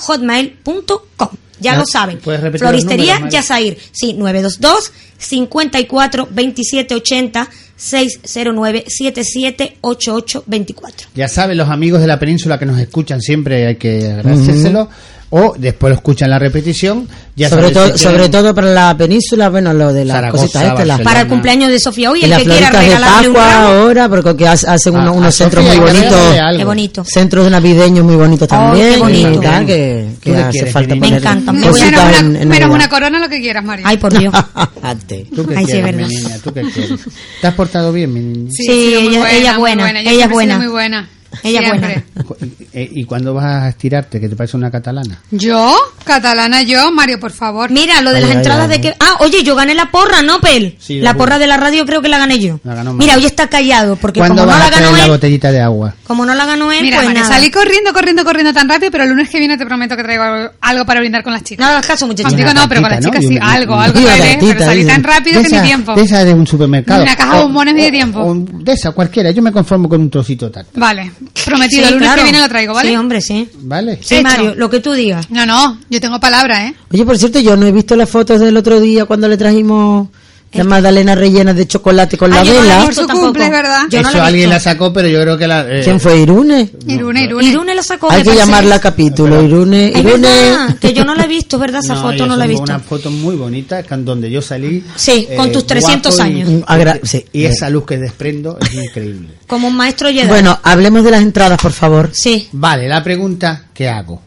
florillasair@hotmail.com. Ya Ya, lo saben. ¿puedes repetir los Floristería números, Mari? Yasair. Sí, 922 54 27 80 609 77 88 24. Ya saben los amigos de la península que nos escuchan siempre, hay que agradecérselo. O después lo escuchan la repetición. Ya sobre, saben, todo, si quieren- sobre todo para la península, bueno, lo de las Zaragoza, cositas estas, las Barcelona. Para el cumpleaños de Sofía hoy, y el las que quiera floritas de regalarle un Pascua ramo. ahora, porque que hace- hacen unos, Ah, A- a unos centros Sofía muy hay que bonitos, regalarle algo. Qué bonito. centros navideños muy bonitos Oh, también, qué bonito. y tal, que, ¿Tú que qué hace quieres, falta Pirín? poner Me encanta, me Menos cositas Cositas una, en- en menos Navidad. una corona, lo que quieras, María. Ay, por Dios. Ate. ¿Tú qué Ay, sí, quieres, verdad. mi niña? ¿Tú qué quieres? ¿Te has portado bien, mi niña? Sí, ella- ella es buena, Yo ella es siempre he sido buena. Muy buena. Ella es buena. siempre. Cu- eh, ¿Y cuándo vas a estirarte? Que te parece una catalana. Yo, catalana, yo, Mario, por favor. Mira, lo de Ay, las ay, ay. entradas de que. Ah, oye, yo gané la porra, ¿no, Pel? Sí, la la porra porra. de la radio creo que la gané yo. La ganó Mario. Mira, hoy está callado, porque como ¿Cuándo no vas la a traer ganó la él, botellita de agua? como no la ganó él, Mira, pues María, nada. salí corriendo, corriendo, corriendo tan rápido, pero el lunes que viene te prometo que traigo algo para brindar con las chicas. No hagas caso, muchachos. Contigo Una no, pero con las tartita, chicas ¿no? sí, Y una- algo, una- algo una traeré, pero tartita, salí tan dicen. rápido que esa, ni tiempo. de esa de un supermercado. Una caja de bombones ni de tiempo. de esa, cualquiera. Yo me conformo con un trocito tal. Vale, Sí, prometido, el lunes claro. que viene lo traigo, ¿vale? Sí, hombre, sí. ¿Vale? Sí, Hecho. Mario, lo que tú digas. No, no, yo tengo palabra, ¿eh? Oye, por cierto, yo no he visto las fotos del otro día cuando le trajimos las magdalenas rellenas de chocolate con Este. Ah, la yo no la vela. vi. Por su tampoco. cumple, es ¿verdad? Yo no Eso la he alguien visto. la sacó, pero yo creo que la... eh, ¿Quién fue? ¿Irune? Irune, Irune. Irune la sacó. Hay me que parece. llamarla a capítulo. Irune, Es Irune. pues verdad, que yo no la he visto, es verdad, esa foto ella no la he subió visto. Una foto muy bonita que- donde yo salí. eh, Sí, con tus 300 guapo y- años. Mm, agra- sí. Y esa luz que desprendo es increíble. Como un maestro Jedi. Bueno, hablemos de las entradas, por favor. Sí. Vale, la pregunta que hago.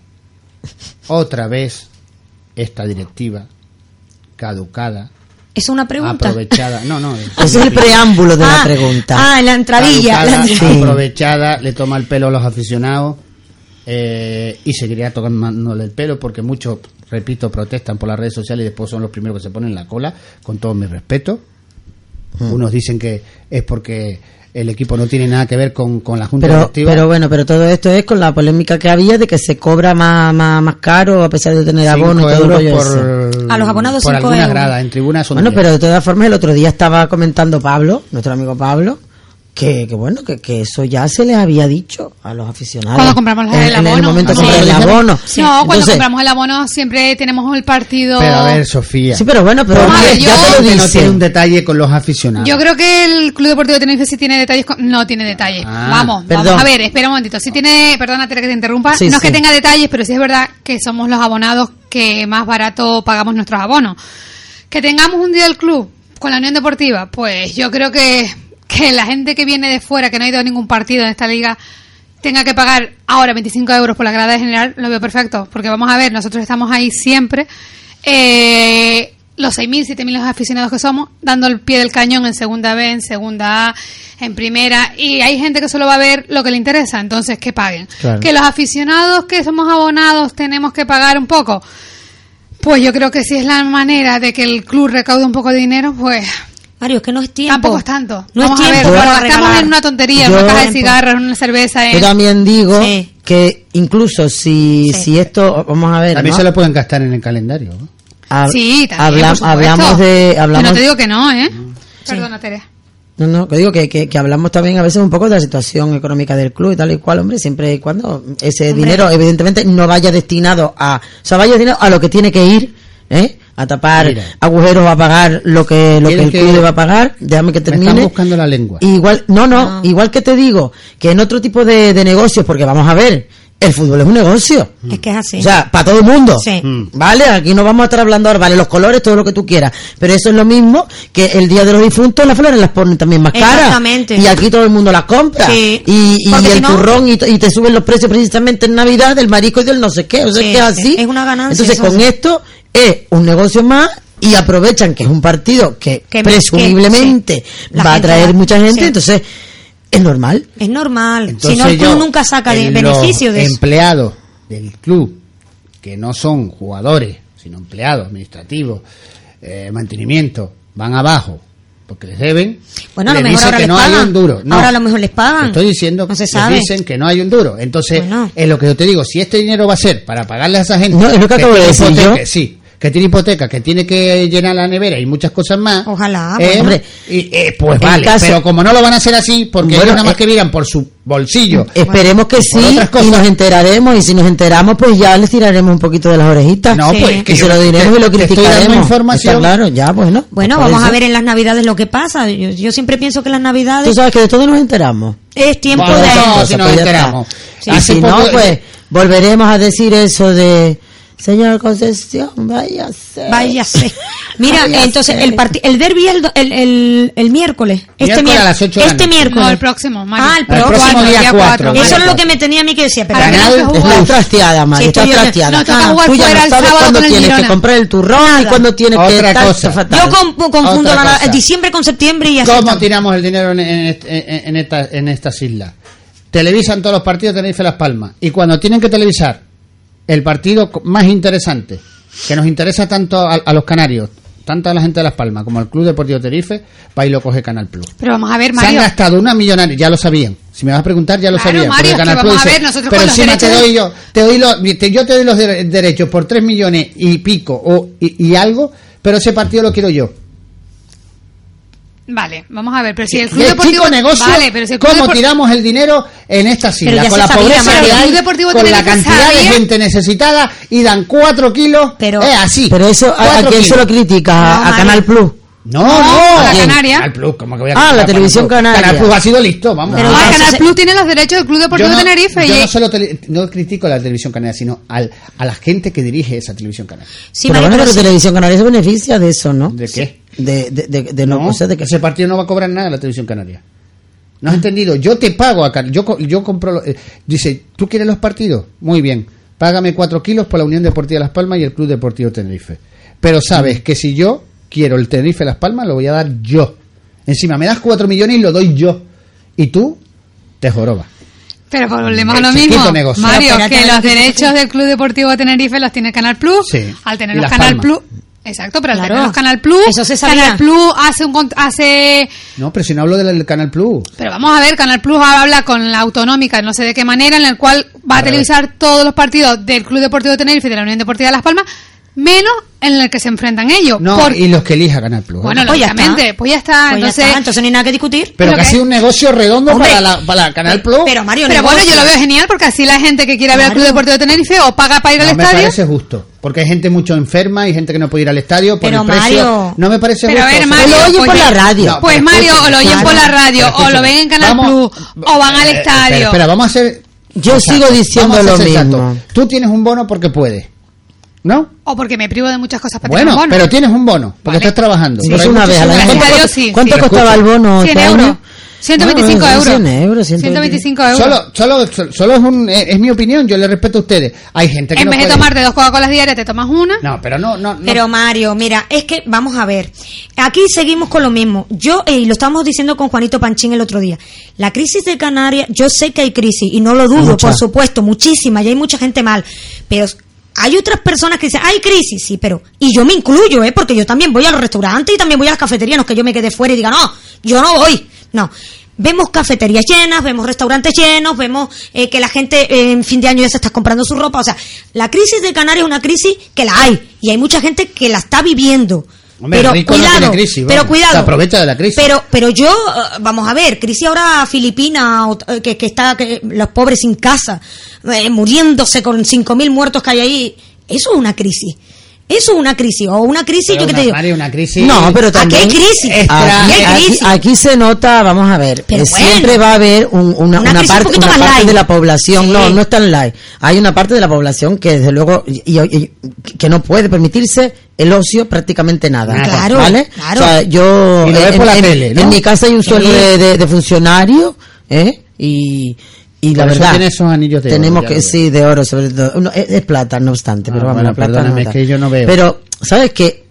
Otra vez esta directiva caducada, Es una pregunta. aprovechada. No, no. Ese es el preámbulo de la pregunta. Ah, la entradilla. caducada, la- Sí. aprovechada, le toma el pelo a los aficionados eh, y seguiría tocándole el pelo porque muchos, repito, protestan por las redes sociales y después son los primeros que se ponen la cola, con todo mi respeto. Mm. Unos dicen que es porque el equipo no tiene nada que ver con, con la Junta Pero, Directiva. pero bueno, pero todo esto es con la polémica que había de que se cobra más, más, más caro a pesar de tener Cinco abono y todo el euros rollo ese. por, A los abonados por cinco alguna euros. grada, en tribunas son Bueno, diez. pero de todas formas el otro día estaba comentando Pablo, nuestro amigo Pablo, que, que bueno, que, que eso ya se les había dicho a los aficionados. Cuando compramos la- el En- En el abono. Ah, momento de Sí. comprar el abono. No, cuando Entonces- compramos el abono siempre tenemos el partido. Pero a ver, Sofía. Sí, pero bueno, pero Madre, ya- ya yo- te lo que no tiene un dicen. detalle con los aficionados. Yo creo que el Club Deportivo de Tenerife sí tiene detalles. con- No tiene detalles. Ah, vamos, perdón. vamos a ver, espera un momentito. Sí tiene, perdona Tere, que te interrumpa. Sí, no es sí. que tenga detalles, pero sí es verdad que somos los abonados que más barato pagamos nuestros abonos. Que tengamos un día del club con la Unión Deportiva, pues yo creo que, que la gente que viene de fuera, que no ha ido a ningún partido en esta liga, tenga que pagar ahora 25 euros por la grada de general, lo veo perfecto. Porque vamos a ver, nosotros estamos ahí siempre. Eh, los 6.000, 7.000 los aficionados que somos, dando el pie del cañón en segunda B, en segunda A, en primera. Y hay gente que solo va a ver lo que le interesa, entonces que paguen. Claro. Que los aficionados que somos abonados tenemos que pagar un poco. Pues yo creo que si es la manera de que el club recaude un poco de dinero, pues Mario, es que no es tiempo. tampoco es tanto. No Vamos es a ver, tiempo. para cuando estamos regalar. en una tontería, en Yo- una caja de cigarros, en una cerveza, en... Yo también digo Sí. que incluso si, Sí. si esto, vamos a ver, También ¿no? se lo pueden gastar en el calendario. ¿eh? ¿no? Hab- Sí, también, habla- por supuesto. hablamos de, Yo hablamos, No te digo que no, ¿eh? Mm. Perdona, Tere. No, no, que digo que, que, que hablamos también a veces un poco de la situación económica del club y tal y cual, hombre, siempre y cuando ese dinero evidentemente no vaya destinado a, o sea, vaya destinado a lo que tiene que ir, ¿eh? A tapar Mira. agujeros, a pagar lo que, lo que ¿Quieres el que- club va a pagar, déjame que Me termine. están buscando la lengua. Igual, no, no, igual que te digo que en otro tipo de, de negocios, porque vamos a ver, el fútbol es un negocio. Mm. Es que es así. O sea, para todo el mundo. Sí. Mm. ¿Vale? Aquí no vamos a estar hablando ahora, vale, los colores, todo lo que tú quieras. Pero eso es lo mismo que el día de los difuntos, las flores las ponen también más caras. Exactamente. Y aquí todo el mundo las compra. Sí. Y, y Porque el si no- turrón y, t- y te suben los precios precisamente en Navidad del marisco y del no sé qué. O sea, Sí, que es sí. así. Es una ganancia, Entonces, eso con sí. esto es un negocio más y aprovechan que es un partido que, Que- presumiblemente que- sí. La va a gente traer va- mucha gente. sí. Entonces, es normal. es normal. Entonces si no, el club yo, eh, nunca saca de en beneficio los de eso. empleados del club que no son jugadores, sino empleados, administrativos, eh, mantenimiento, van abajo porque les deben. Bueno, a lo les dicen mejor ahora que les no hay pagan. un duro. No, Ahora a lo mejor les pagan. Estoy diciendo Ah, No se les sabe. dicen que no hay un duro. Entonces, Bueno. es lo que yo te digo, si este dinero va a ser para pagarle a esa gente No, es lo que acabo de tiene decir hipoteca, yo. sí, que tiene hipoteca, que tiene que llenar la nevera y muchas cosas más. Ojalá, eh, bueno. hombre, y, eh, pues En vale, caso- pero como no lo van a hacer así, porque Bueno, ellos nada más eh, que miran por su bolsillo. Esperemos que Por sí otras y cosas. nos enteraremos y si nos enteramos pues ya les tiraremos un poquito de las orejitas. No, Sí. pues que y se yo lo diremos y lo te estoy dando criticaremos. información. Está claro, ya bueno. Bueno, por vamos eso. a ver en las navidades lo que pasa. Yo, yo siempre pienso que las Tú navidades sabes que de todo nos enteramos. es tiempo Vamos, de... no, Entonces, si nos pues, ya enteramos. está. Sí. Y Hace si no, poco- pues volveremos a decir eso de señor Concepción, váyase. Váyase. Mira, Váyase. entonces el parti- el derby el, do- el, el- el miércoles. Este Miércoles a las miércoles. ocho de la Este noche. miércoles. No, el próximo, Mari. Ah, el El próximo. próximo cuatro, día día cuatro, cuatro, Mari. Eso es lo que me tenía a mí que decía. Pero Ahora Canal- que es jugar. Estás trasteada, Mari, Sí, estás estoy- trasteada. Ah, no, toca jugar Tú ya fuera no el sabes sábado cuándo con el tienes que Girona. comprar el turrón y Nada. cuándo tienes que Otra estar cosa. fatal. yo con- confundo Otra la- cosa. diciembre con septiembre y así. ¿Cómo tiramos el dinero en, en est- en- en esta- en estas islas? Televisan todos los partidos de Tenerife Las Palmas. Y cuando tienen que televisar el partido co- más interesante, que nos interesa tanto a, a los canarios, tanto a la gente de Las Palmas como al Club Deportivo Tenerife, va y lo coge Canal Plus. Pero vamos a ver, Se han Mario. gastado una millonaria, ya lo sabían. Si me vas a preguntar, ya lo Claro, sabían. Mario, porque es que Canal Plus vamos a dice, ver, nosotros pero con los encima te derechos doy yo, te doy los, te- yo te doy los dere- derechos por 3 millones y pico o, y- y algo, pero ese partido lo quiero yo. Vale, vamos a ver. Pero si el Club ¿Qué Deportivo. chico negocio? Vale, pero si el Club ¿Cómo Depor- tiramos el dinero en esta Pero silla? ya Con se la sabía, pobreza Mario. que El hay, Club Deportivo con la Tenerife cantidad de sabía. gente necesitada y dan 4 kilos. Pero- es así. Pero eso, ¿a, a Cuatro quién se kilos. lo criticas? No, ¿A, a Mari. Canal Plus? No, no. Ah, a la ¿A quién? Canaria. Al Plus, ¿cómo que voy a Ah, criticar la al televisión Plus? canaria. Canal Plus ha sido listo, vamos. Pero Ah, Ah, ya se- Canal Plus tiene los derechos del Club Deportivo yo no, de Tenerife. yo y no solo tele- no critico la televisión canaria, sino al, a la gente que dirige esa televisión canaria. Sí, pero Mario, bueno, pero pero sí. Televisión Canaria se beneficia de eso, ¿no? ¿De qué? De, de, de, de no, cosas de que ese partido no va a cobrar nada la televisión canaria. ¿No has entendido? Yo te pago acá. Yo, co- yo compro. lo- eh, dice, ¿tú quieres los partidos? Muy bien. Págame cuatro kilos por la Unión Deportiva Las Palmas y el Club Deportivo Tenerife. Pero sabes que si yo quiero el Tenerife Las Palmas, lo voy a dar yo. Encima, me das cuatro millones y lo doy yo. Y tú te jorobas. Pero volvemos a Ese lo Mm, este tipo mismo. negocio. Mario, Pero espérate, que a los ver, ¿qué derechos del Club Deportivo de Tenerife los tiene Canal Plus. Sí. Al tener Y los Las Canal Palmas. Plus. Exacto, pero al Claro. tener los Canal Plus. Eso se sabía. Canal Plus hace un. cont- hace No, pero si no hablo del, del Canal Plus. Pero vamos a ver, Canal Plus habla con la autonómica, no sé de qué manera, en el cual va a televisar todos los partidos del Club Deportivo de Tenerife y de la Unión Deportiva de Las Palmas, menos en el que se enfrentan ellos. No, Por- y los que elija Canal Plus. ¿eh? Bueno, Pues ya lógicamente, está. pues ya está. Pues ya entonces, está, entonces no hay nada que discutir. pero lo que ha que- sido un negocio redondo Hombre. para la, para Canal Plus. Pero Mario, pero bueno, negocio. yo lo veo genial porque así la gente que quiere ver al Club Claro. Deportivo de Tenerife o paga para ir no al me estadio. parece justo, porque hay gente mucho enferma y gente que no puede ir al estadio por Pero, el precio. Mario. no me parece Pero a justo. ver, O sea, Mario, lo oyen pues por ya- la radio. No, pues pero Mario, o escúchame, lo oyen claro. por la radio, Pero o lo escúchame, ven en Canal vamos- Plus, o van al Eh, Espera, estadio. espera, vamos a hacer. Yo o sea, sigo vamos diciendo a ser lo sensatos. mismo. Tú tienes un bono porque puedes, ¿no? O porque me privo de muchas cosas para Bueno, tener Ah, un bono. pero tienes un bono porque Vale. estás trabajando. Sí, Pero es hay una muchos- vez a la muchísimas vez. gracias. ¿Cuánto, Sí, sí. cuánto Pero costaba el escucha. bono? 100 este año? euros. 125 No, no, euros. 100 euros, 125 euros. Solo, solo, solo- solo es, un- es- es mi opinión. Yo le respeto a ustedes. Hay gente que en no vez de puede. tomarte dos Coca-Colas diarias, te tomas una. No, pero no, no, no. Pero Mario, mira, es que vamos a ver. Aquí seguimos con lo mismo. Yo, eh, y lo estábamos diciendo con Juanito Panchín el otro día. La crisis de Canarias, yo sé que hay crisis, y no lo dudo, Mucha. por supuesto, muchísima, y hay mucha gente mal. Pero hay otras personas que dicen, hay crisis, sí, pero. Y yo me incluyo, ¿eh? Porque yo también voy a los restaurantes y también voy a las cafeterías, no es que yo me quede fuera y diga, no, yo no voy. No. Vemos cafeterías llenas, vemos restaurantes llenos, vemos eh, que la gente eh, en fin de año ya se está comprando su ropa. O sea, la crisis de Canarias es una crisis que la hay y hay mucha gente que la está viviendo. Hombre, pero rico no cuidado, tiene crisis, pero vamos, cuidado. se aprovecha de la crisis. Pero, pero yo, eh, vamos a ver, crisis ahora filipina, o, eh, que, que está que, los pobres sin casa, eh, muriéndose con 5.000 muertos que hay ahí. Eso es una crisis. Eso es una crisis. O una crisis, Pero yo que una- te digo. Mario, una crisis. No, pero Aquí también. hay crisis. Extra- Aquí, Aquí hay aquí- crisis. aquí se nota, vamos a ver, Pero eh, bueno. siempre va a haber un- una, Una una crisis un parte, poquito una más parte light. de la población, Sí. no, no es tan light. Hay una parte de la población que desde luego y- y- y- que no puede permitirse el ocio prácticamente nada. Nada. ¿vale? Claro, ¿Vale? claro. O sea, yo Y lo ves en, por la en- tele, ¿no? en mi casa hay un Sí. sueldo de, de- de funcionario, ¿eh? Y y la Por eso verdad tiene esos anillos de oro, tenemos ya que lo veo. sí de oro sobre todo No, es, es plata no obstante Ah, pero vamos bueno, la plata perdóname, no es da. que yo no veo. pero ¿sabes que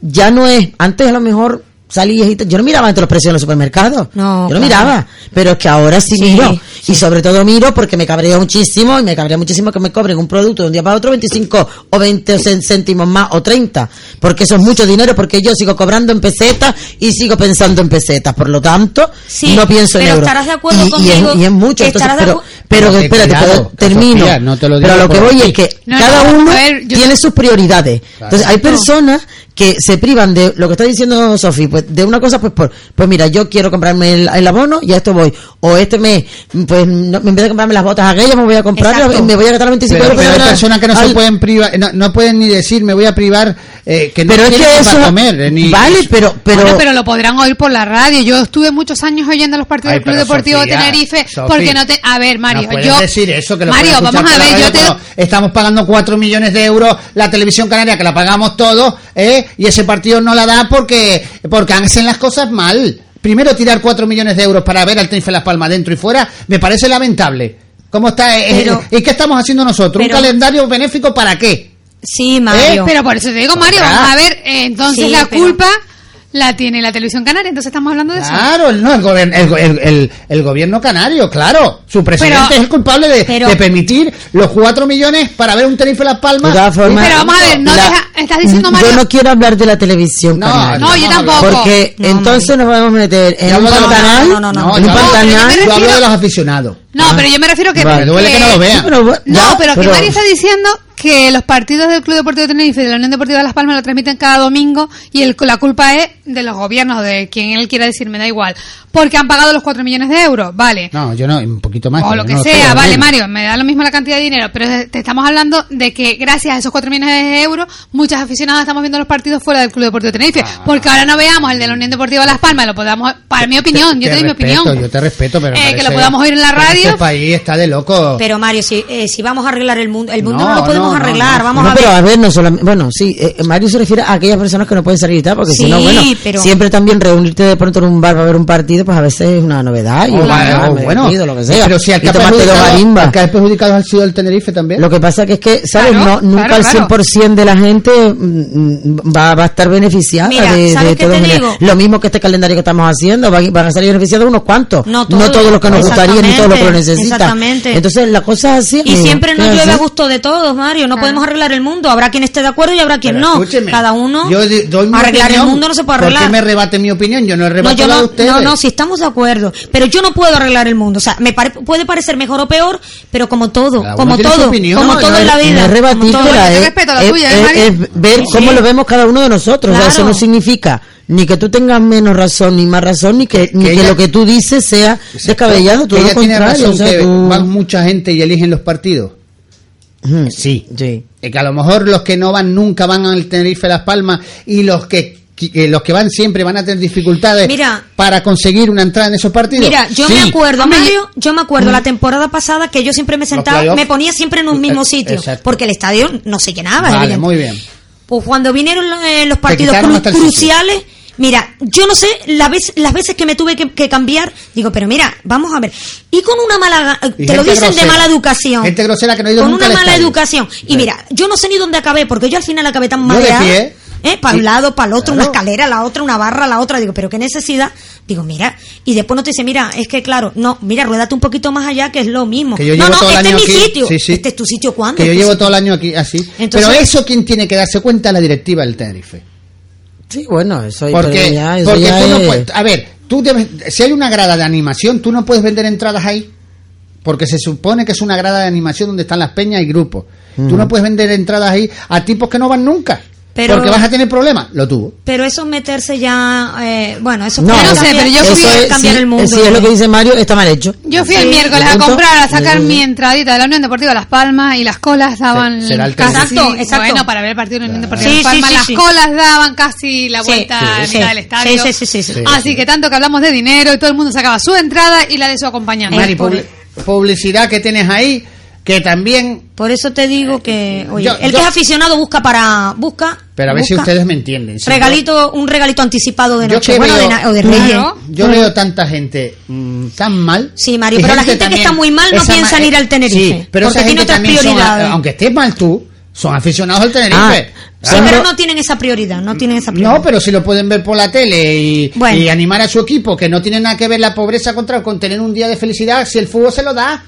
Ya no es, antes a lo mejor salías y te- yo no miraba antes los precios en los supermercados, No, yo no claro. miraba, pero es que ahora sí, Sí. miro Y sobre todo miro porque me cabrea muchísimo y me cabrea muchísimo que me cobren un producto de un día para otro 25 o 20 cen- céntimos más o 30. Porque eso es mucho dinero porque yo sigo cobrando en pesetas y sigo pensando en pesetas. Por lo tanto, Sí, no pienso en pero euros. estarás de acuerdo Y- y, es- conmigo y es mucho. que entonces, estarás de pero, acu- pero, Pero espérate, cuidado, pero termino. Sofía, no te lo digo pero lo que por voy aquí. es que No, cada no, uno a ver, yo- tiene sus prioridades. Entonces, hay personas que se privan de lo que está diciendo Sofi, pues de una cosa, pues por, pues mira, yo quiero comprarme el, el abono y a esto voy. O este mes, pues no, en vez de comprarme las botas aquellas, me voy a comprar, Exacto. me voy a gastar los 25 Pero, euros. pero hay la- personas que no al- se pueden privar, no, no pueden ni decir me voy a privar eh, que no Pero es quieren que ni eso. para comer. eh, Ni, vale, pero, pero, Bueno, pero lo podrán oír por la radio. Yo estuve muchos años oyendo los partidos Ay, del Club pero Deportivo Sofía, Tenerife Sofía, porque no te A ver, no Mario, puedes yo decir eso que lo Mario, pueden escuchar vamos a por la ver, yo radio te cuando estamos pagando 4 millones de euros la televisión canaria que la pagamos todos, ¿eh? Y ese partido no la da porque porque hacen las cosas mal. Primero tirar 4 millones de euros para ver al Tenerife Las Palmas dentro y fuera me parece lamentable. ¿Cómo está? eh, Pero- eh, ¿Y qué estamos haciendo nosotros? pero- ¿Un calendario benéfico para qué? Eh, Sí, Mario. pero por eso te digo, Mario, Sofía. vamos a ver, eh, entonces Sí, la pero- culpa la tiene la televisión canaria, entonces estamos hablando de eso. Claro, no, el, gober- el, go- el- el- el gobierno canario, claro. Su presidente Pero- es el culpable de, pero- de permitir los 4 millones para ver un Tenerife Las Palmas. de todas formas, Mm, Pero vamos a ver, no deja- estás diciendo, Mario- Yo no quiero hablar de la televisión, No, canaria. No, yo Vamos a hablar. tampoco. Porque No, entonces nos vamos a meter Yo en un hablo de los- pantanal. no, no, no, no. en un yo hablo- pantanal. me Yo hablo refiero- de los aficionados. Ah. No, pero yo me refiero que... Vale, duele que no lo vea. Sí, pero bueno, No, ya, pero que pero- Mario está diciendo que los partidos del Club Deportivo de Tenerife y de la Unión Deportiva de Las Palmas lo transmiten cada domingo y el- la culpa es de los gobiernos, de quien él quiera decir, me da igual, porque han pagado los 4 millones de euros, vale. No, yo no, un poquito más. o pero lo que no estoy sea, hablando. vale, Mario, me da lo mismo la cantidad de dinero, pero te estamos hablando de que gracias a esos 4 millones de euros, muchas aficionadas estamos viendo los partidos fuera del Club Deportivo de Tenerife, Ah. porque ahora no veamos el de la Unión Deportiva de Las Palmas, lo podamos, para mi opinión, yo te, doy mi respeto, opinión. Yo te respeto, pero. Eh, me que parece lo podamos oír en la que Este radio. país está de loco. Pero Mario, si, eh, si vamos a arreglar el mundo, el mundo no, No, lo podemos no, no, arreglar, no. vamos no, a ver. pero a ver, no solamente. Bueno, sí, eh, Mario se refiere a aquellas personas que no pueden salir y tal, porque Sí, si no, bueno, pero- siempre también reunirte de pronto en un bar para ver un partido, pues a veces es una novedad. Y Oh, una vale, novedad, oh, me bueno, despido, lo que sea. Pero si al y que ha tomarte dos perjudicado, garimbas. al que ha perjudicado ha sido el Tenerife también. Lo que pasa que es que, ¿sabes? Claro, no, nunca claro, claro. el 100% de la gente mm, mm, va, va a estar beneficiada Mira, de, ¿sabes de qué todo te en general. digo? Lo mismo que este calendario que estamos haciendo, van, van a salir beneficiados unos cuantos. No todos. todos los que nos gustaría, ni todos los que lo Exactamente, necesitan. exactamente. Entonces, la cosa es así. Y amigo. siempre nos Es así. llueve a gusto de todos, Mario. No podemos arreglar el mundo. Habrá quien esté de acuerdo y habrá quien Ah. Pero no. escúcheme, Cada uno. yo di- doy mi arreglar opinión. el mundo no se puede arreglar. ¿Por qué me rebate mi opinión? Yo no he No, rebatado yo a no, ustedes. no, no, si estamos de acuerdo. Pero yo no puedo arreglar el mundo. O sea, me pare- puede parecer mejor o peor, pero como todo, Cada uno como tiene su todo, opinión, como no todo en la No vida. es rebatir, como todo. pero Yo es, respeto la es- tuya, es- Mari. es ver cómo lo vemos cada uno de nosotros. O sea, eso Claro. no significa ni que tú tengas menos razón, ni más razón, ni que, ni Que que, ella- lo que tú dices sea descabellado. Todo Que lo ella tiene contrario. razón o sea, que tú- van mucha gente y eligen los partidos. Ujú. Sí. Sí. Eh, que a lo mejor los que no van nunca van al Tenerife Las Palmas y los que qui- eh, los que van siempre van a tener dificultades Mira. para conseguir una entrada en esos partidos. Mira, yo Sí. Ah, mm. me acuerdo, Hombre, Mario, yo me acuerdo la temporada pasada que yo siempre me sentaba, playoffs. me ponía siempre en un mismo Eh, sitio, exacto. porque el estadio no se llenaba. Vale, evidente. muy bien. Pues cuando vinieron eh, los partidos quitaron cru- hasta el sitio. cruciales, mira, yo no sé la vez, las veces que me tuve que, que cambiar, digo, pero mira, vamos a ver. Y con una mala, ga- Y te lo gente dicen de grosera. mala educación. Gente grosera que no ha ido Con nunca una al mala estadio. educación. Y Sí. mira, yo no sé ni dónde acabé, porque yo al final acabé tan Yo de mareada. pie. Para Y- un lado, para el otro, una Claro. escalera, la otra, una barra, la otra. Digo, pero qué necesidad. Digo, mira. Y después no te dice, mira, es que claro, no, mira, ruédate un poquito más allá, que es lo mismo. Que yo no, llevo no, todo el este año es mi aquí. sitio. Sí, sí. Este es tu sitio, ¿cuándo? Que yo Es tu llevo sitio. todo el año aquí así. Entonces- Pero eso quien tiene que darse cuenta es la directiva del Tenerife. Sí, bueno, eso Porque, pero ya- eso porque ya tú no es- puedes- a ver, tú debes, si hay una grada de animación, tú no puedes vender entradas ahí. Porque se supone que es una grada de animación donde están las peñas y grupos. Tú no puedes vender entradas ahí a tipos que no van nunca. Pero- Porque vas a tener problemas. Lo tuvo. Pero eso es meterse ya. eh, bueno, eso No, es no sé, cambiar- pero yo eso fui a es cambiar sí, el mundo. sí, es lo que dice Mario, está mal hecho. Yo fui Sí, el miércoles ¿lo a punto? comprar, a Mm. sacar Sí, sí, sí. mi entradita de la Unión Deportiva Las Palmas y las colas daban será el casi... Exacto, exacto. Bueno, para ver el partido de la Unión Deportiva Sí, Las sí, Palmas, sí, las sí. colas daban casi la Sí, vuelta sí, a sí. mitad del estadio. Sí, sí, sí, sí, sí. Así que tanto que hablamos de dinero y todo el mundo sacaba su entrada y la de su Eh, acompañante. Mari, por- publi- publicidad que tienes ahí, que también Por eso te digo que. Oye, Yo- el yo- que es aficionado busca para. Busca. Pero a ver si busca ustedes me entienden. Si Regalito, un regalito anticipado de Yo noche. que Bueno, veo- de na- o de Claro. Reyes. Yo veo tanta gente mm, tan mal. Sí, Mario, Y pero la gente que está muy mal no esa piensa ma- eh, en ir al Tenerife, pero porque esa tiene gente otras también son- prioridades. aunque estés mal tú, Son aficionados al Tenerife. Ah, Sí, pero no tienen esa prioridad, no tienen esa prioridad. No, pero si lo pueden ver por la tele y, Bueno. y animar a su equipo, que no tiene nada que ver la pobreza contra con tener un día de felicidad, si el fútbol se lo da.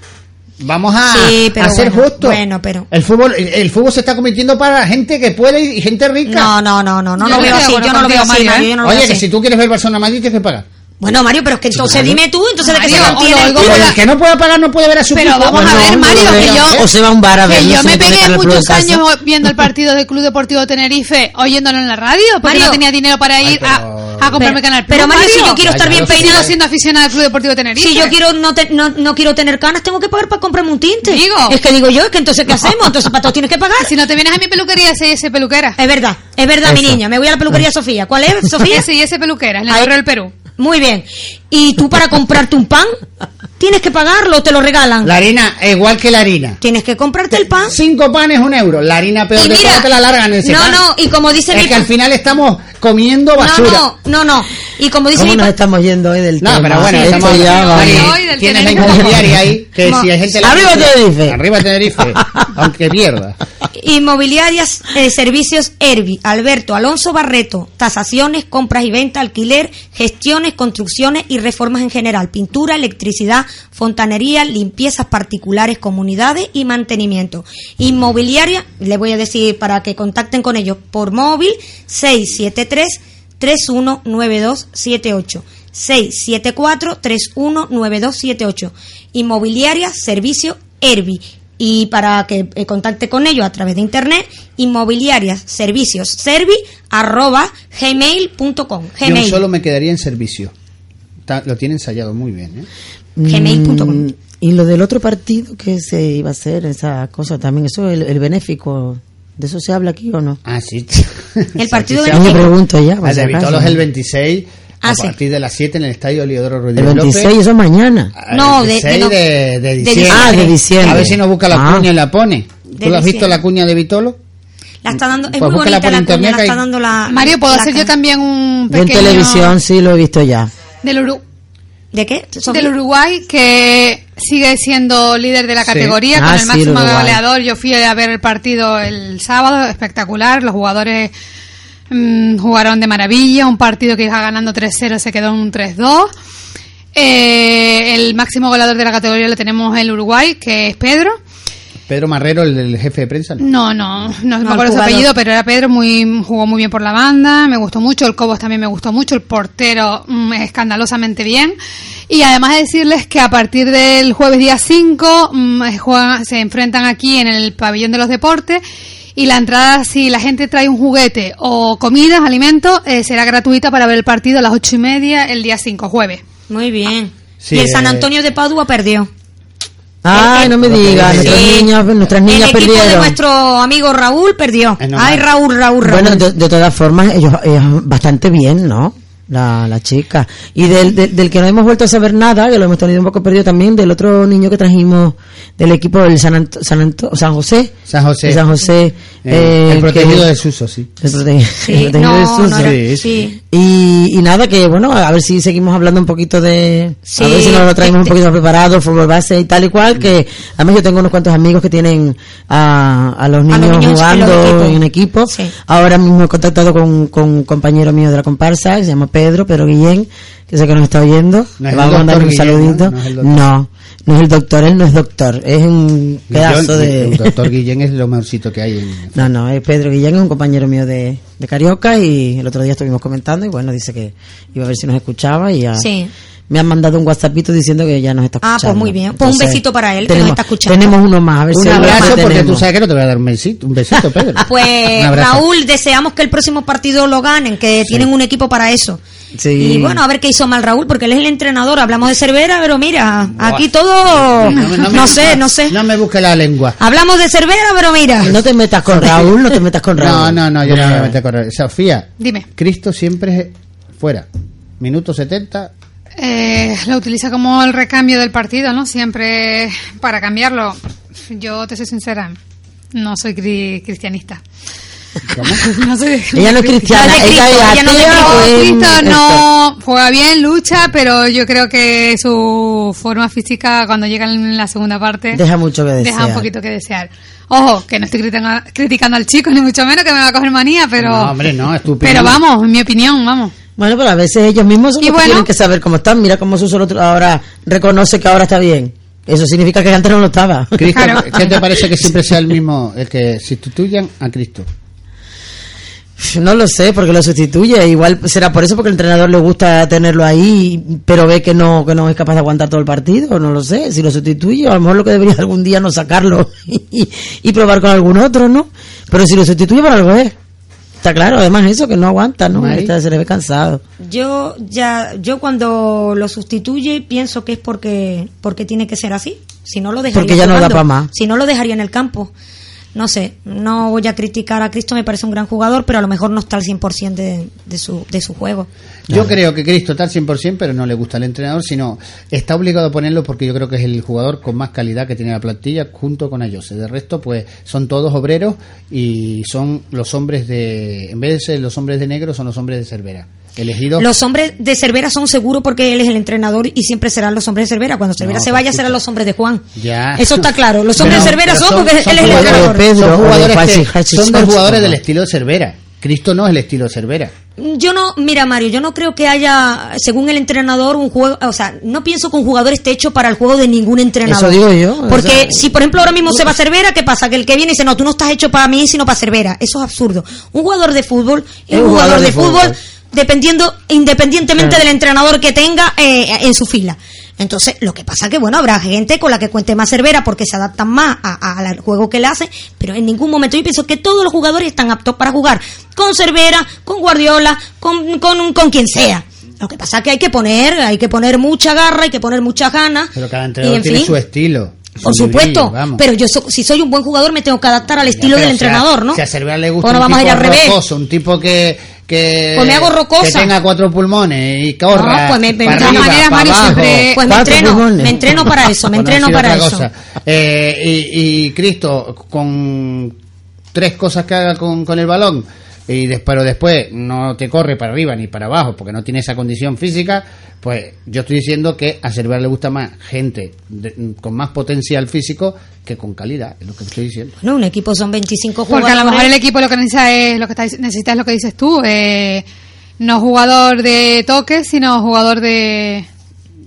Vamos a, Sí, pero a ser bueno, justos. bueno, pero- el fútbol el, el fútbol se está convirtiendo para gente que puede y gente rica. No, no, no, no, no Yo lo no estoy veo de así, acuerdo yo no lo veo contigo, así, Mario, Mario, ¿eh? yo no lo Oye, veo que así. si tú quieres ver Barcelona Madrid tienes que pagar. Bueno, Mario, pero es que entonces dime tú, entonces de qué se Mario, mantiene. o lo Pero oigo- el que no pueda pagar no puede ver a su Pues Pero equipo. vamos a ver, Mario, que yo- O se va a un bar a ver. Que no yo se me le pone pegué Canal Plus en muchos casa. años viendo el partido del Club Deportivo Tenerife, oyéndolo en la radio, porque Mario. no tenía dinero para ir Ay, a, pero- a comprarme Pero- Canal Plus. pero, Mario, si yo quiero Ya, estar ya bien lo sé. Sigo peinada, siendo aficionada al Club Deportivo Tenerife. si yo quiero no, te- no, no quiero tener canas, tengo que pagar para comprarme un tinte. Digo. Es que digo yo, es que entonces ¿qué hacemos? Entonces para todos tienes que pagar. Si no te vienes a mi peluquería, sé ese peluquera. Es verdad, es verdad, mi Eso. niña. Me voy a la peluquería Sofía. ¿Cuál es, Sofía? Ese y ese peluquera, en el Ay. barrio del Perú. Muy bien. ¿Y tú para comprarte un pan? Tienes que pagarlo, o te lo regalan. La harina, igual que la harina. Tienes que comprarte el pan. Cinco panes, un euro. La harina peor ¿Ah? Y de mira, todo te la largan en ese no, pan. no, y como dice Es mi que al final estamos comiendo basura. No, no, no, no. Y como dice ¿Cómo mi nos pa- estamos yendo hoy del No, tema? pero bueno, Sí, estamos esto ya va. Mario, Ari, hoy del tienes la Tenerife. inmobiliaria ahí, que si hay gente... Arriba Tenerife. Arriba Tenerife, aunque pierda. Inmobiliarias eh, Servicios Herbi, Alberto Alonso Barreto, tasaciones, compras y venta, alquiler, gestiones, construcciones y reformas en general, pintura, electricidad, fontanería, limpiezas particulares, comunidades y mantenimiento. Inmobiliaria, le voy a decir para que contacten con ellos por móvil 673 319278 674 319278 Inmobiliaria Servicio Herbi y para que eh, contacte con ellos a través de internet inmobiliarias servicios servi arroba gmail.com Yo gmail solo me quedaría en servicio. Ta- lo tiene ensayado muy bien, ¿eh? gmail.com. Mm, Y lo del otro partido que se iba a hacer, esa cosa también, eso el, el benéfico, ¿de eso se habla aquí o no? Ah, sí. El partido Yo me benéfico. pregunto ya. por El si de acaso. Vitolos el 26, Ah, a sí. partir de las 7 en el Estadio Leodoro El Rodríguez 26, López. eso es mañana. Ah, el No, de- 26 de no- de, de de diciembre. diciembre. Ah, de diciembre. A ver si nos busca la Ah. cuña y la pone. De ¿Tú la has visto diciembre. la cuña de Vitolo? la está dando es Pues muy búscala bonita por la cuña, internet la que está hay- dando la Mario, ¿puedo la hacer yo cara. también un Yo Ah, en pequeño... televisión sí lo he visto ya. Del, Uru- de qué Sofía? del Uruguay, que sigue siendo líder de la Sí. categoría, Ah, con el sí, el máximo Uruguay. goleador. Yo fui a ver el partido el sábado, espectacular. Los jugadores mm, jugaron de maravilla. Un partido que iba ganando 3-0 se quedó en un 3-2. Eh, el máximo goleador de la categoría lo tenemos el Uruguay, que es Pedro. Pedro Marrero, el, el jefe de prensa. ¿no? No, no, no, me el acuerdo su jugador. apellido, pero era Pedro, muy jugó muy bien por la banda, me gustó mucho, el Cobos también me gustó mucho, el portero mm, escandalosamente bien. Y además de decirles que a partir del jueves día 5 mm, eh, juegan- se enfrentan aquí en el pabellón de los deportes y la entrada, si la gente trae un juguete o comidas, alimentos, eh, será gratuita para ver el partido a las ocho y media el día 5, jueves. muy bien Sí, y el San eh, Antonio de Padua perdió Ay, no me Lo que digas, dice. nuestras Ah, Sí. niñas, nuestras Eh, el niñas equipo de perdieron. nuestro amigo Raúl perdió Eh, no, ay no. Raúl Raúl Raúl Bueno, de, de todas formas, ellos, ellas bastante bien, ¿no? La, la chica. Y del, del, del que no hemos vuelto a saber nada, que lo hemos tenido un poco perdido también, del otro niño que trajimos del equipo del San, Anto- San, Anto- San José. San José. De San José. Eh, eh, el protegido que- de Suso, sí. el prote- el sí, protegido de no, no Suso. era- Sí, sí. Y, y nada, que bueno, a ver si seguimos hablando un poquito de... Sí, a ver si nos lo traemos un este- poquito más preparado, fútbol base y tal y cual, que además yo tengo unos cuantos amigos que tienen a, a los los niños niños en los jugando equipos. en equipo. Sí. Ahora mismo he contactado con, con un compañero mío de la comparsa, que se llama Pedro, Pedro Guillén, que sé que nos está oyendo. No Le es el vamos a mandar doctor un Guillén, saludito. ¿no? No es el doctor. No, no es el doctor, él no es doctor, es un pedazo Yo- de... El doctor Guillén es lo mejorcito que hay en, No, no, es Pedro Guillén, es un compañero mío de, de Carioca y el otro día estuvimos comentando y bueno, dice que iba a ver si nos escuchaba y Ah. ya Sí. me han mandado un WhatsAppito diciendo que ya nos está Ah, escuchando. pues muy bien. Pues un besito para él, que nos está escuchando. Tenemos uno más, a ver si Un hoy abrazo Pues lo porque mantenemos. tú sabes que no te voy a dar un besito, un besito Pedro. Pues Un abrazo. Raúl, deseamos que el próximo partido lo ganen, que tienen un equipo para eso. Sí. Y bueno, a ver qué hizo mal Raúl, porque él es el entrenador. Hablamos de Cervera, pero mira, aquí todo. No me- No, no me- sé, no sé. No me busque la lengua. Hablamos de Cervera, pero mira. No te metas con Raúl, no te metas con No, Raúl. no, no, yo no me voy a meter con Raúl. Sofía, Dime. Cristo siempre es fuera. Minuto 70. Eh, lo utiliza como el recambio del partido, ¿no? Siempre para cambiarlo. Yo te soy sincera, no soy cri- cristianista. No sé. Ella no es cristiana, Ella es ella es Cristo, ella no es atea, Cristo, pues, Cristo esto. no juega bien, lucha, pero yo creo que su forma física cuando llega en la segunda parte Deja mucho que desear. deja un poquito que desear. Ojo, que no estoy critica- criticando al chico, ni mucho menos que me va a coger manía, pero... No, hombre, no, estúpido. Pero vamos, en mi opinión, vamos. Bueno, pero a veces ellos mismos son Y los que bueno. tienen que saber cómo están. Mira cómo Suso lo- ahora reconoce que ahora está bien. Eso significa que antes no lo estaba. Cristo, Claro. ¿qué te parece que siempre sea el mismo, el que sustituyan a Cristo? No lo sé, porque lo sustituye. Igual será por eso, porque el entrenador le gusta tenerlo ahí, pero ve que no, que no es capaz de aguantar todo el partido. No lo sé. Si lo sustituye, a lo mejor lo que debería algún día no sacarlo y, y probar con algún otro, ¿no? Pero si lo sustituye, para algo es. Está claro, además eso, que no aguanta, ¿no? Ahí. Está- se le ve cansado. Yo ya, yo cuando lo sustituye pienso que es porque, porque tiene que ser así. Si no lo dejaría Porque ya no da jugando. pa' más. Si no lo dejaría en el campo. No sé, no voy a criticar a Cristo, me parece un gran jugador, pero a lo mejor no está al 100% de, de, su, de su juego. Yo creo que Cristo está al 100%, pero no le gusta al entrenador, sino está obligado a ponerlo porque yo creo que es el jugador con más calidad que tiene la plantilla junto con Ayose. De resto, pues son todos obreros y son los hombres de. En vez de ser los hombres de negro, son los hombres de Cervera. Elegidos. Los hombres de Cervera son seguros porque él es el entrenador y siempre serán los hombres de Cervera. Cuando Cervera No, se vaya escucha. serán los hombres de Juan. Ya. Eso está claro. Los hombres Pero- de Cervera pero son, porque él es el jugadores- entrenador. Pedro son o de jugadores que- Pachi Hachi son dos Sánchez, jugadores ¿no? del estilo de Cervera. Cristo no es el estilo de Cervera. Yo no, mira Mario, yo no creo que haya, según el entrenador, un juego, o sea, no pienso que un jugador esté hecho para el juego de ningún Eso entrenador. digo yo, o Porque sea- si, por ejemplo, ahora mismo se va a Cervera, ¿qué pasa? Que el que viene dice, no, tú no estás hecho para mí, sino para Cervera. Eso es absurdo. Un jugador de fútbol es un jugador de fútbol dependiendo, independientemente del entrenador que tenga eh, en su fila. Entonces, lo que pasa que, bueno, habrá gente con la que cuente más Cervera porque se adaptan más a- a- al juego que le hace, pero en ningún momento yo pienso que todos los jugadores están aptos para jugar con Cervera, con Guardiola, con, con, con quien sea. Lo que pasa que hay que poner, hay que poner mucha garra, hay que poner mucha gana. Pero cada y, entrenador en tiene fin, su estilo. Por su supuesto, brillo, vamos. pero yo so- si soy un buen jugador me tengo que adaptar al estilo Pero del si a- entrenador, ¿no? Si a Cervera le gusta O no un vamos a ir tipo al revés. rocoso, un tipo que que, Pues me hago rocosa. que tenga cuatro pulmones y corra. No, pues me- me- pa' de todas arriba, maneras, pa' Mario, abajo. siempre- Pues me Cuatro entreno, pulmones. me entreno para eso, me Por no entreno decir para otra eso. cosa. Eh, y, y Cristo, con tres cosas que haga con, con el balón, y des- pero después no te corre para arriba ni para abajo porque no tiene esa condición física, pues yo estoy diciendo que a Cervera le gusta más gente de- con más potencial físico que con calidad, es lo que estoy diciendo. No, un equipo son 25 Porque jugadores. a lo mejor el equipo lo que necesita es lo que está- necesita es lo que dices tú, eh, no jugador de toque, sino jugador de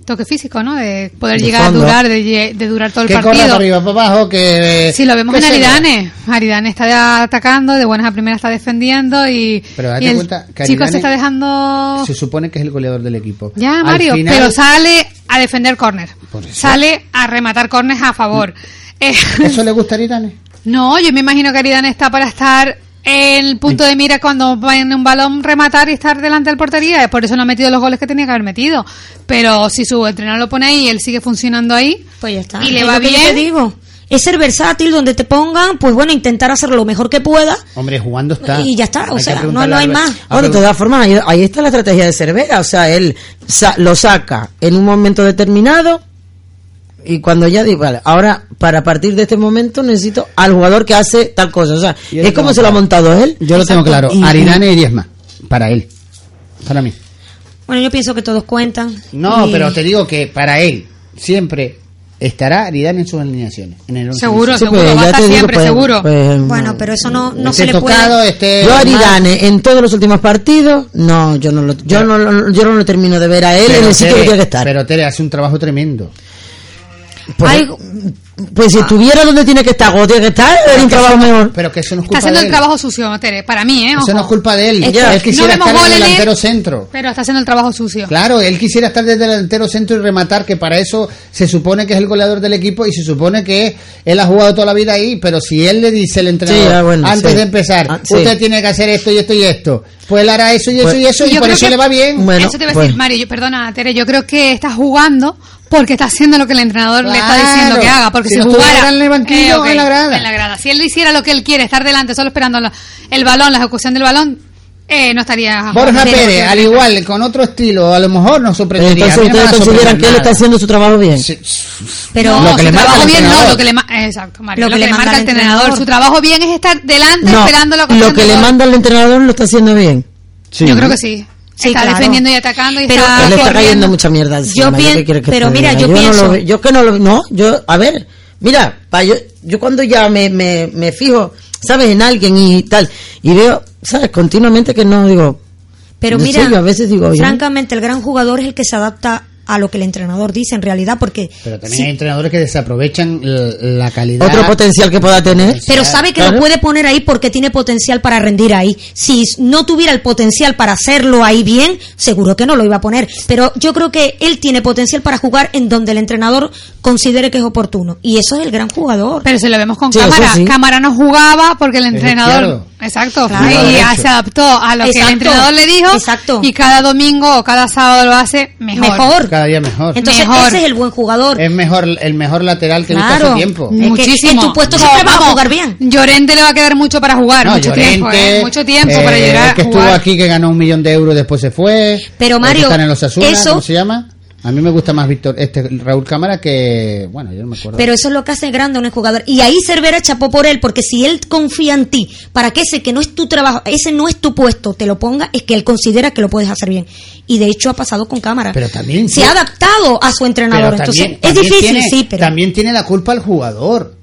toque físico, ¿no? De poder De llegar fondo. a durar, de, lle- de durar todo el que corra para partido. arriba, para abajo, que... Si lo vemos que en se- Aridane, Aridane está atacando, de buenas a primeras está defendiendo y, Pero date y el cuenta que chico Aridane- se está dejando... Se supone que es el goleador del equipo. Ya, Al Mario, final- pero sale a defender córner. Por eso. Sale a rematar córner a favor. Eh, ¿Eso le gusta a Aridane? no, yo me imagino que Aridane está para estar en el punto de mira cuando va en un balón rematar y estar delante del portería. Eh, Por eso no ha metido los goles que tenía que haber metido. Pero si su entrenador lo pone ahí y él sigue funcionando ahí, Pues ya está. Y le Es va lo que yo te bien. digo. Es ser versátil donde te pongan, pues bueno, intentar hacer lo mejor que pueda. Hombre, jugando está. Y ya está, o que sea, no- preguntarle no hay al- más. Ah, Ahora, de pero- todas formas, ahí, ahí está la estrategia de Cervera. O sea, él sa- lo saca en un momento determinado y cuando ya digo, vale, ahora para partir de este momento necesito al jugador que hace tal cosa. O sea, Yo lo es como tengo se lo ha claro. montado él. Yo lo tengo claro. Y- Aridane y Diezma. Para él. Para mí. Bueno, yo pienso que todos cuentan. No, Y- pero te digo que para él siempre estará Aridane en sus alineaciones. En el once seguro, inicial. Sí, seguro, pues, va ya a te estar digo, siempre, pues, seguro. pues, mm. Bueno, pero eh, eso no, no Esté se le puede. Este tocado, esté yo a mal. Aridane en todos los últimos partidos, no, yo no lo, yo no, lo- yo no lo termino de ver a él Pero en el sitio que Tere- tiene que estar. Pero Tere hace un trabajo tremendo. pues, Algo- pues Ah. si estuviera donde tiene que estar, o tiene que estar, era un trabajo mejor. Pero que eso no es culpa Está haciendo de el él. trabajo sucio, Tere, para mí, ¿eh? Eso Ojo. no es culpa de él. Ya. Él quisiera No vemos estar en el goles, delantero centro. Pero está haciendo el trabajo sucio. Claro, él quisiera estar de delantero centro y rematar, que para eso se supone que es el goleador del equipo y se supone que él ha jugado toda la vida ahí, pero si él le dice al entrenador, Sí, ah, bueno, antes sí. de empezar, Ah, sí. usted tiene que hacer esto y esto y esto, pues él hará eso y eso Pues- y eso y Yo por creo eso que- le va bien. Bueno, Eso te iba a pues. decir, Mario, yo, perdona, Tere, yo creo que está jugando porque está haciendo lo que el entrenador le está Claro. diciendo que haga. Porque Si si, no estuviera jugara. eh, en el banquillo, ok, en la grada. en la grada. Si él hiciera lo que él quiere, estar delante, solo esperando la- el balón, la ejecución del balón, Eh, no estaría. Borja Pero- Pérez, al igual, con otro estilo, a lo mejor nos Pero sorprendería. entonces A mí no me ustedes va a consideran sorprender que él está nada. haciendo su trabajo bien. Sí, Pero Lo No, que su le manda trabajo el bien no, entrenador. lo que le ma- eh, exacto, Mario, lo, que, le marca el entrenador. entrenador. Su trabajo bien es estar delante No, esperando la lo que le manda el entrenador lo está haciendo bien. sí, Yo ¿no? creo que sí. Sí, está claro. defendiendo y atacando y Pero está Él le está corriendo. cayendo mucha mierda. encima, Ah, ¿qué Yo pien- quieres que pero te mira, diga? yo no pienso- lo ve- yo que no lo no, yo a ver, mira, pa, yo yo cuando ya me, me, me fijo, sabes, en alguien y tal y veo, sabes, continuamente que no digo. Pero en mira, serio, a veces digo, yo- francamente, el gran jugador es el que se adapta a lo que el entrenador dice en realidad, porque Pero también sí, hay entrenadores que desaprovechan l- la calidad. otro potencial que pueda tener. pero sabe que Claro. lo puede poner ahí porque tiene potencial para rendir ahí. Si no tuviera el potencial para hacerlo ahí bien, seguro que no lo iba a poner. Pero yo creo que él tiene potencial para jugar en donde el entrenador considere que es oportuno. Y eso es el gran jugador. Pero si lo vemos con Sí, eso cámara, sí. cámara no jugaba porque el Es entrenador. izquierdo. Exacto, Claro. y Jugaba ya derecho. se adaptó a lo que el Exacto. entrenador le dijo. Exacto. Y cada domingo o cada sábado lo hace mejor. Mejor. Cada día mejor. Entonces, Mejor. ese es el buen jugador. Es mejor el mejor lateral que he visto Claro. hace tiempo. Es que Muchísimo. en tu puesto siempre vas a jugar bien. Llorente le va a quedar mucho para jugar, No, mucho tiempo, Llorente, ¿eh? mucho tiempo eh, para llegar el que a estuvo jugar. aquí que ganó un millón de euros y después se fue. Pero, el que Mario, están en los Asuna, eso- ¿cómo se llama? A mí me gusta más Víctor este Raúl Cámara que bueno, yo no me acuerdo. Pero eso es lo que hace grande a un jugador. Y ahí Cervera chapó por él, porque si él confía en ti, para que ese que no es tu trabajo, ese no es tu puesto, te lo ponga, es que él considera que lo puedes hacer bien. Y de hecho ha pasado con cámara. Pero también- se ha adaptado a su Pero entrenador. Entonces, es difícil, tiene, sí, pero. también tiene la culpa el jugador.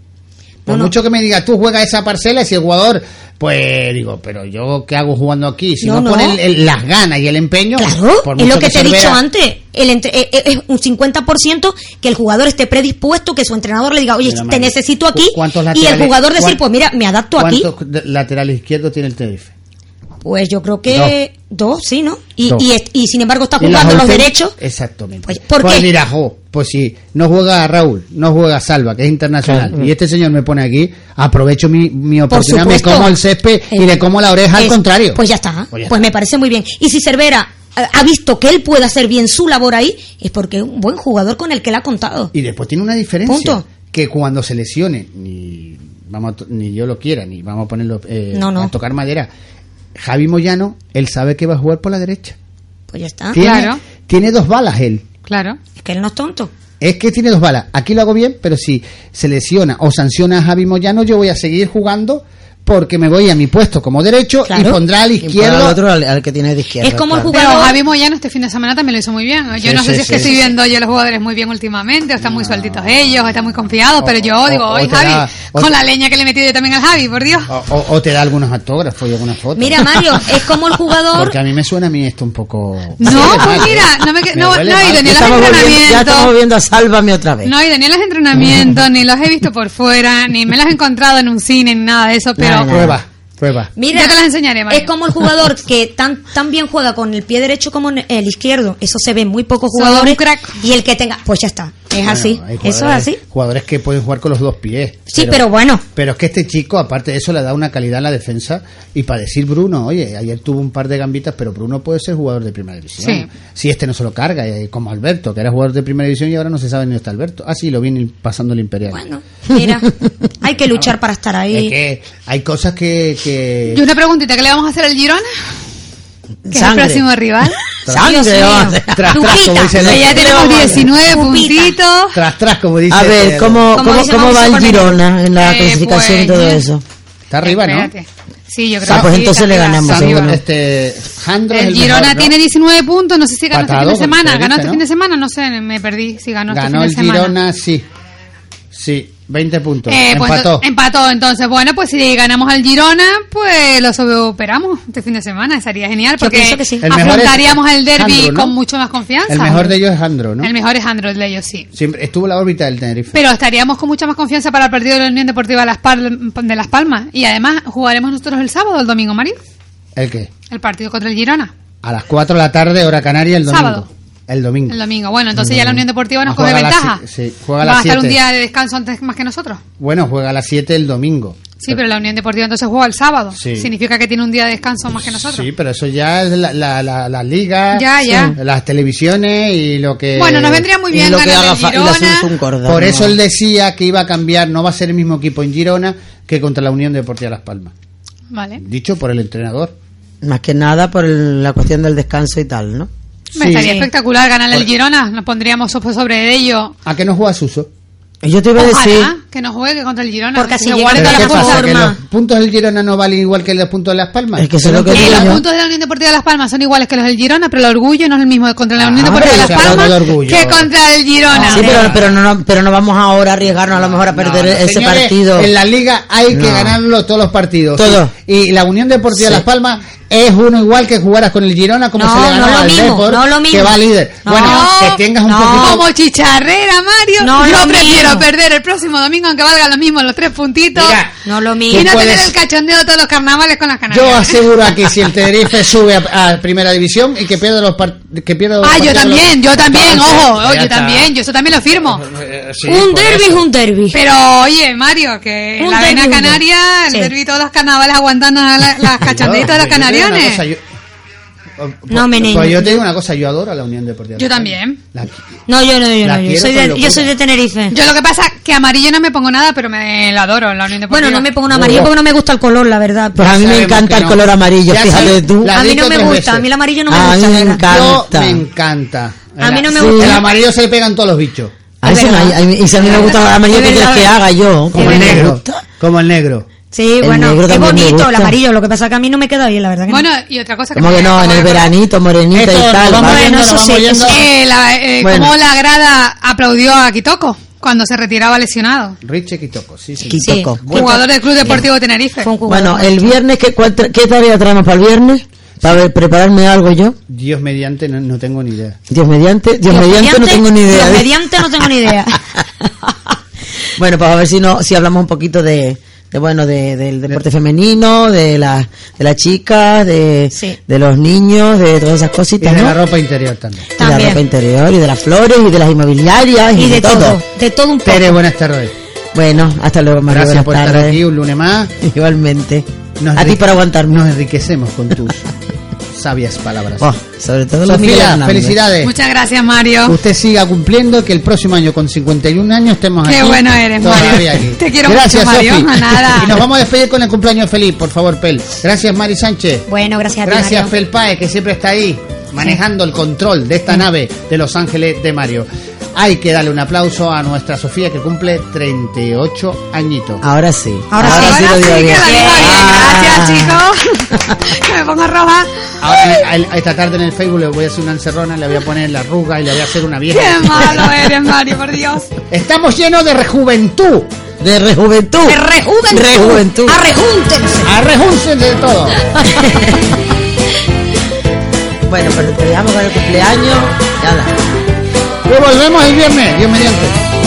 Por No, no. mucho que me diga, tú juegas esa parcela y si el jugador, pues digo, pero yo qué hago jugando aquí. Si no, No, no. ponen el- las ganas y el empeño, Claro, por es mucho lo que, te he se dicho vea- antes. El entre- eh, eh, es un 50% que el jugador esté predispuesto, que su entrenador le diga, oye, Mira, te Mario, necesito aquí. ¿cu- cuántos Y el laterales- jugador decir, cuán- pues mira, me adapto aquí. ¿Cuántos de- laterales izquierdos tiene el Tenerife? Pues yo creo que dos, sí, ¿no? Y, Dos. y, es- y sin embargo está Y las jugando los ausencias- derechos. Exactamente. Pues, ¿por Pues qué? mira, jo, pues si no juega Raúl, no juega Salva, que es internacional, Claro. y este señor me pone aquí, aprovecho mi, mi oportunidad, me supuesto. como el césped y Eh, le como la oreja al Es- contrario. Pues ya está. Pues Pues, ya me parece muy bien. Y si Cervera eh, ha visto que él puede hacer bien su labor ahí, es porque es un buen jugador con el que le ha contado. Y después tiene una diferencia. Punto. Que cuando se lesione, ni, vamos a to- ni yo lo quiera, ni vamos a ponerlo eh, No, no. a tocar madera. Javi Moyano, él sabe que va a jugar por la derecha. Pues ya está. Tiene, Claro. tiene dos balas él. Claro. Es que él no es tonto. Es que tiene dos balas. Aquí lo hago bien, pero si se lesiona o sanciona a Javi Moyano, yo voy a seguir jugando porque me voy a mi puesto como derecho y Claro. pondrá al Y para el izquierdo. otro al, al que tiene de izquierda. Es como el claro. Pero Jugador- Javi Moyano este fin de semana también lo hizo muy bien. Yo Sí, no sí, sé si es sí, sí, que estoy sí. viendo yo a los jugadores muy bien últimamente, o están muy sueltitos ellos, o están muy confiados, pero O- yo o- digo, o hoy te Javi, da- o con te- la leña que le he metido yo también al Javi, por Dios. O, o- o te da algunos autógrafos y algunas fotos. Mira, Mario, es como el jugador. Porque a mí me suena a mí esto un poco. Me No, huele mal, pues mira, ¿eh? no me, que- Me no, huele no he mal. ido ni a Ya los estamos volviendo, ya estamos entrenamientos. volviendo a Sálvame otra vez. No he ido ni a los entrenamientos, ni los he visto por fuera, ni me las he encontrado en un cine, ni nada de eso, pero Nada, nada. Prueba, prueba. Mira, Ya te las enseñaré, Mario. es como el jugador que tan, tan bien juega con el pie derecho como en el izquierdo. Eso se ve en muy pocos Solo un jugadores. crack. Y el que tenga, pues ya está. Es Bueno, así. hay Eso es jugadores- así. Jugadores que pueden jugar con los dos pies. Sí, pero bueno. Pero es que este chico, aparte de eso, le da una calidad a la defensa. Y para decir Bruno, oye, ayer tuvo un par de gambitas, pero Bruno puede ser jugador de primera división. Sí. Si este no se lo carga, eh, como Alberto, que era jugador de primera división y ahora no se sabe ni dónde está Alberto. Ah, sí, lo viene pasando el Imperial. Bueno, mira, hay que luchar para estar Es ahí. que hay cosas que. que- Y una preguntita, ¿qué le vamos a hacer al Girona? Que es el Sangre. próximo rival. Sangre, Dios mío. vamos. Tras, tras, como Lupita, dice Que Dani. ya tenemos Pupita. 19 puntitos. Tras, tras, como dice. A ver, eh, ¿cómo, Como cómo, dice cómo va Mauricio el Cornelio. Girona en la Eh, clasificación y pues, todo yo- eso? Está arriba, ¿no? Espérate. Sí, yo creo Ah, que pues sí, entonces está le arriba. ganamos. Está arriba, seguro. este, Jandro es El el Girona mejor, ¿no? tiene 19 puntos, no sé si ganó Patado, este fin de semana. como se Ganó este dice, fin de ¿no? semana, no sé, me perdí si ganó, Ganó este el fin de semana. Girona, sí. Sí, 20 puntos. Eh, pues, Empató. ento- empató, entonces, bueno, pues si ganamos al Girona, pues lo superamos este fin de semana, estaría genial, porque pienso que sí. El mejor es afrontaríamos el derby Andrew, ¿no? con mucho más confianza. el mejor de ellos es Jandro, ¿no? El mejor es Andrew, el de ellos, sí. Siempre estuvo en la órbita del Tenerife. Pero estaríamos con mucha más confianza para el partido de la Unión Deportiva Las Pal- de Las Palmas. Y además jugaremos nosotros el sábado, el domingo, Mario. ¿El qué? El partido contra el Girona. A las 4 de la tarde, hora canaria, el domingo. Sábado. El domingo. El domingo. Bueno, entonces ya la Unión Deportiva nos Juega coge a las ventaja. si- sí, juega a Va las a estar un siete. día de descanso antes más que nosotros. Bueno, juega a las 7 el domingo. Sí, pero la Unión Deportiva entonces juega el sábado. Sí. Significa que tiene un día de descanso más que nosotros. Sí, pero eso ya es la, la, la- la liga, Ya, ya. las televisiones y lo que... Bueno, nos vendría muy bien Y lo que ganar haga el fa- y le Girona. hacemos un cordón, Por eso ¿no? él decía que iba a cambiar, no va a ser el mismo equipo en Girona que contra la Unión Deportiva Las Palmas. Vale. Dicho por el entrenador. Más que nada por el- la cuestión del descanso y tal, ¿no? Me estaría espectacular ganar el Girona. Nos pondríamos so- sobre ello. ¿A qué no juega Suso? Yo te iba a decir, Ojalá que no juegue contra el Girona. Porque que así se llega guarde de ¿Pero las qué la cosas. pasa? ¿Que forma. los puntos del Girona no valen igual que los puntos de Las Palmas? Es que eso es lo que Eh, digo los yo. puntos de la Unión Deportiva de Las Palmas son iguales que los del Girona, pero el orgullo no es el mismo contra la Unión Ah, Deportiva de pero Las se habló Palmas del orgullo. Ah, que contra el Girona. Sí, pero, pero, no, no- pero no vamos ahora a arriesgarnos a lo mejor a perder No, no, ese señores, partido. En la liga hay que No. ganarlo todos los partidos. Todo. Y, y la Unión Deportiva Sí. Las Palmas es uno igual que jugaras con el Girona como No, se le ganó no lo al mismo, Depor, no lo mismo. que va líder. No, bueno, que tengas un no. poquito Como chicharrera, Mario. No, yo lo prefiero mismo. perder el próximo domingo, aunque valgan lo mismo los tres puntitos. Mira, No lo y mismo. no tú puedes- tener el cachondeo de todos los carnavales con las canarias. ¿eh? yo aseguro que si el Tenerife sube a, a primera división y que pierda los par- que pierda los Ah, yo partidos- también, yo también, Entonces, ojo, ya oh, yo está. también, yo eso también lo firmo. Eh, sí, un por derby es eso. un derby. Pero oye, Mario, que Un la vena derbi, un canaria, el derbi. Sí. derbi, todos los carnavales aguantando a la- las cachandeitas de los Yo- yo te digo una canariones. cosa, yo- No, Menem. Pues yo te digo una cosa, yo adoro a la Unión Deportiva. Yo Las también. Palmas. No, yo no, yo La no. Yo quiero soy, con de, locura. yo soy de Tenerife. Yo lo que pasa que amarillo no me pongo nada, pero me lo adoro en la Unión Deportiva. bueno, no me pongo una amarilla porque no me gusta el color, la verdad. Pues a mí me sabemos encanta que el no. color amarillo, Ya fíjate sí, tú. la- a mí dicho no me tres gusta, veces. a mí el amarillo no me Ah, A gusta. mí me la verdad. Yo encanta. me encanta. A mí no me Sí. gusta. El amarillo se le pegan todos los bichos. A veces no hay- hay- y si a mí me gusta el amarillo, Es ¿qué quieres verdad. que haga yo? Como ¿Me el negro. gusta? Como el negro. Sí, El bueno, negro es también me bonito el gusta. amarillo, lo que pasa que a mí no me queda bien, la verdad. Que Bueno, y otra cosa que Como me- que no, en el me- veranito, morenita Esto, y tal. nos vamos ¿vale? viendo, Bueno, eso nos vamos sí, viendo. Eh, la, eh, Bueno. Como la grada aplaudió a Kitoko cuando se retiraba lesionado. Richie Kitoko, sí, sí. Quito Sí. co- Jugador del Club Deportivo Tenerife. fue un jugador. Bueno, el viernes, ¿qué, cuál tra- qué tarea traemos para el viernes? Para ver- prepararme algo yo. Dios mediante, no, no tengo ni idea. Dios mediante, Dios, Dios mediante, no tengo ni idea. Dios de- mediante no tengo ni idea. bueno, pues a ver si no, si hablamos un poquito de, de, bueno, de- del deporte femenino, de las de las chicas, de, Sí. de los niños, de todas esas Y cositas, de ¿no? la ropa interior también. Y de la También. ropa interior, y de las flores, y de las inmobiliarias, y, Y de todo, de todo un poco. Tere, buenas tardes. Bueno, hasta luego, Mario. Gracias buenas por estar tardes. aquí un lunes más. Igualmente. Nos a ti enrique- por aguantarme. Nos enriquecemos con tus sabias palabras. Oh, sobre todo los Miguel Sofía, Hernández. felicidades. Muchas gracias, Mario. Usted siga cumpliendo, que el próximo año con 51 años estemos Qué aquí. bueno eres, todavía Mario. aquí. Te quiero Gracias, mucho, Mario. Sofi. A nada. Y nos vamos a despedir con el cumpleaños feliz, por favor, Pel. Gracias, Mari Sánchez. Bueno, gracias a ti, Gracias, Mario. Fel Paez, que siempre está ahí, manejando el control de esta nave de Los Ángeles de Mario. Hay que darle un aplauso a nuestra Sofía, que cumple 38 añitos. Ahora sí. Ahora sí, Ahora lo sí digo que bien. Ah. la digo bien. Gracias, chicos. Que me pongo roja. Ahora, a- a- esta tarde en el Facebook le voy a hacer una encerrona, le voy a poner la arruga y le voy a hacer una Qué vieja. malo eres, Mario, por Dios. Estamos llenos de rejuventud. De rejuventud. De rejuventud. Rejuventud. Arrejúntense. Arrejúnsense de todo. Bueno, pues te dejamos con el cumpleaños. Nada. Y volvemos el viernes, Dios mediante.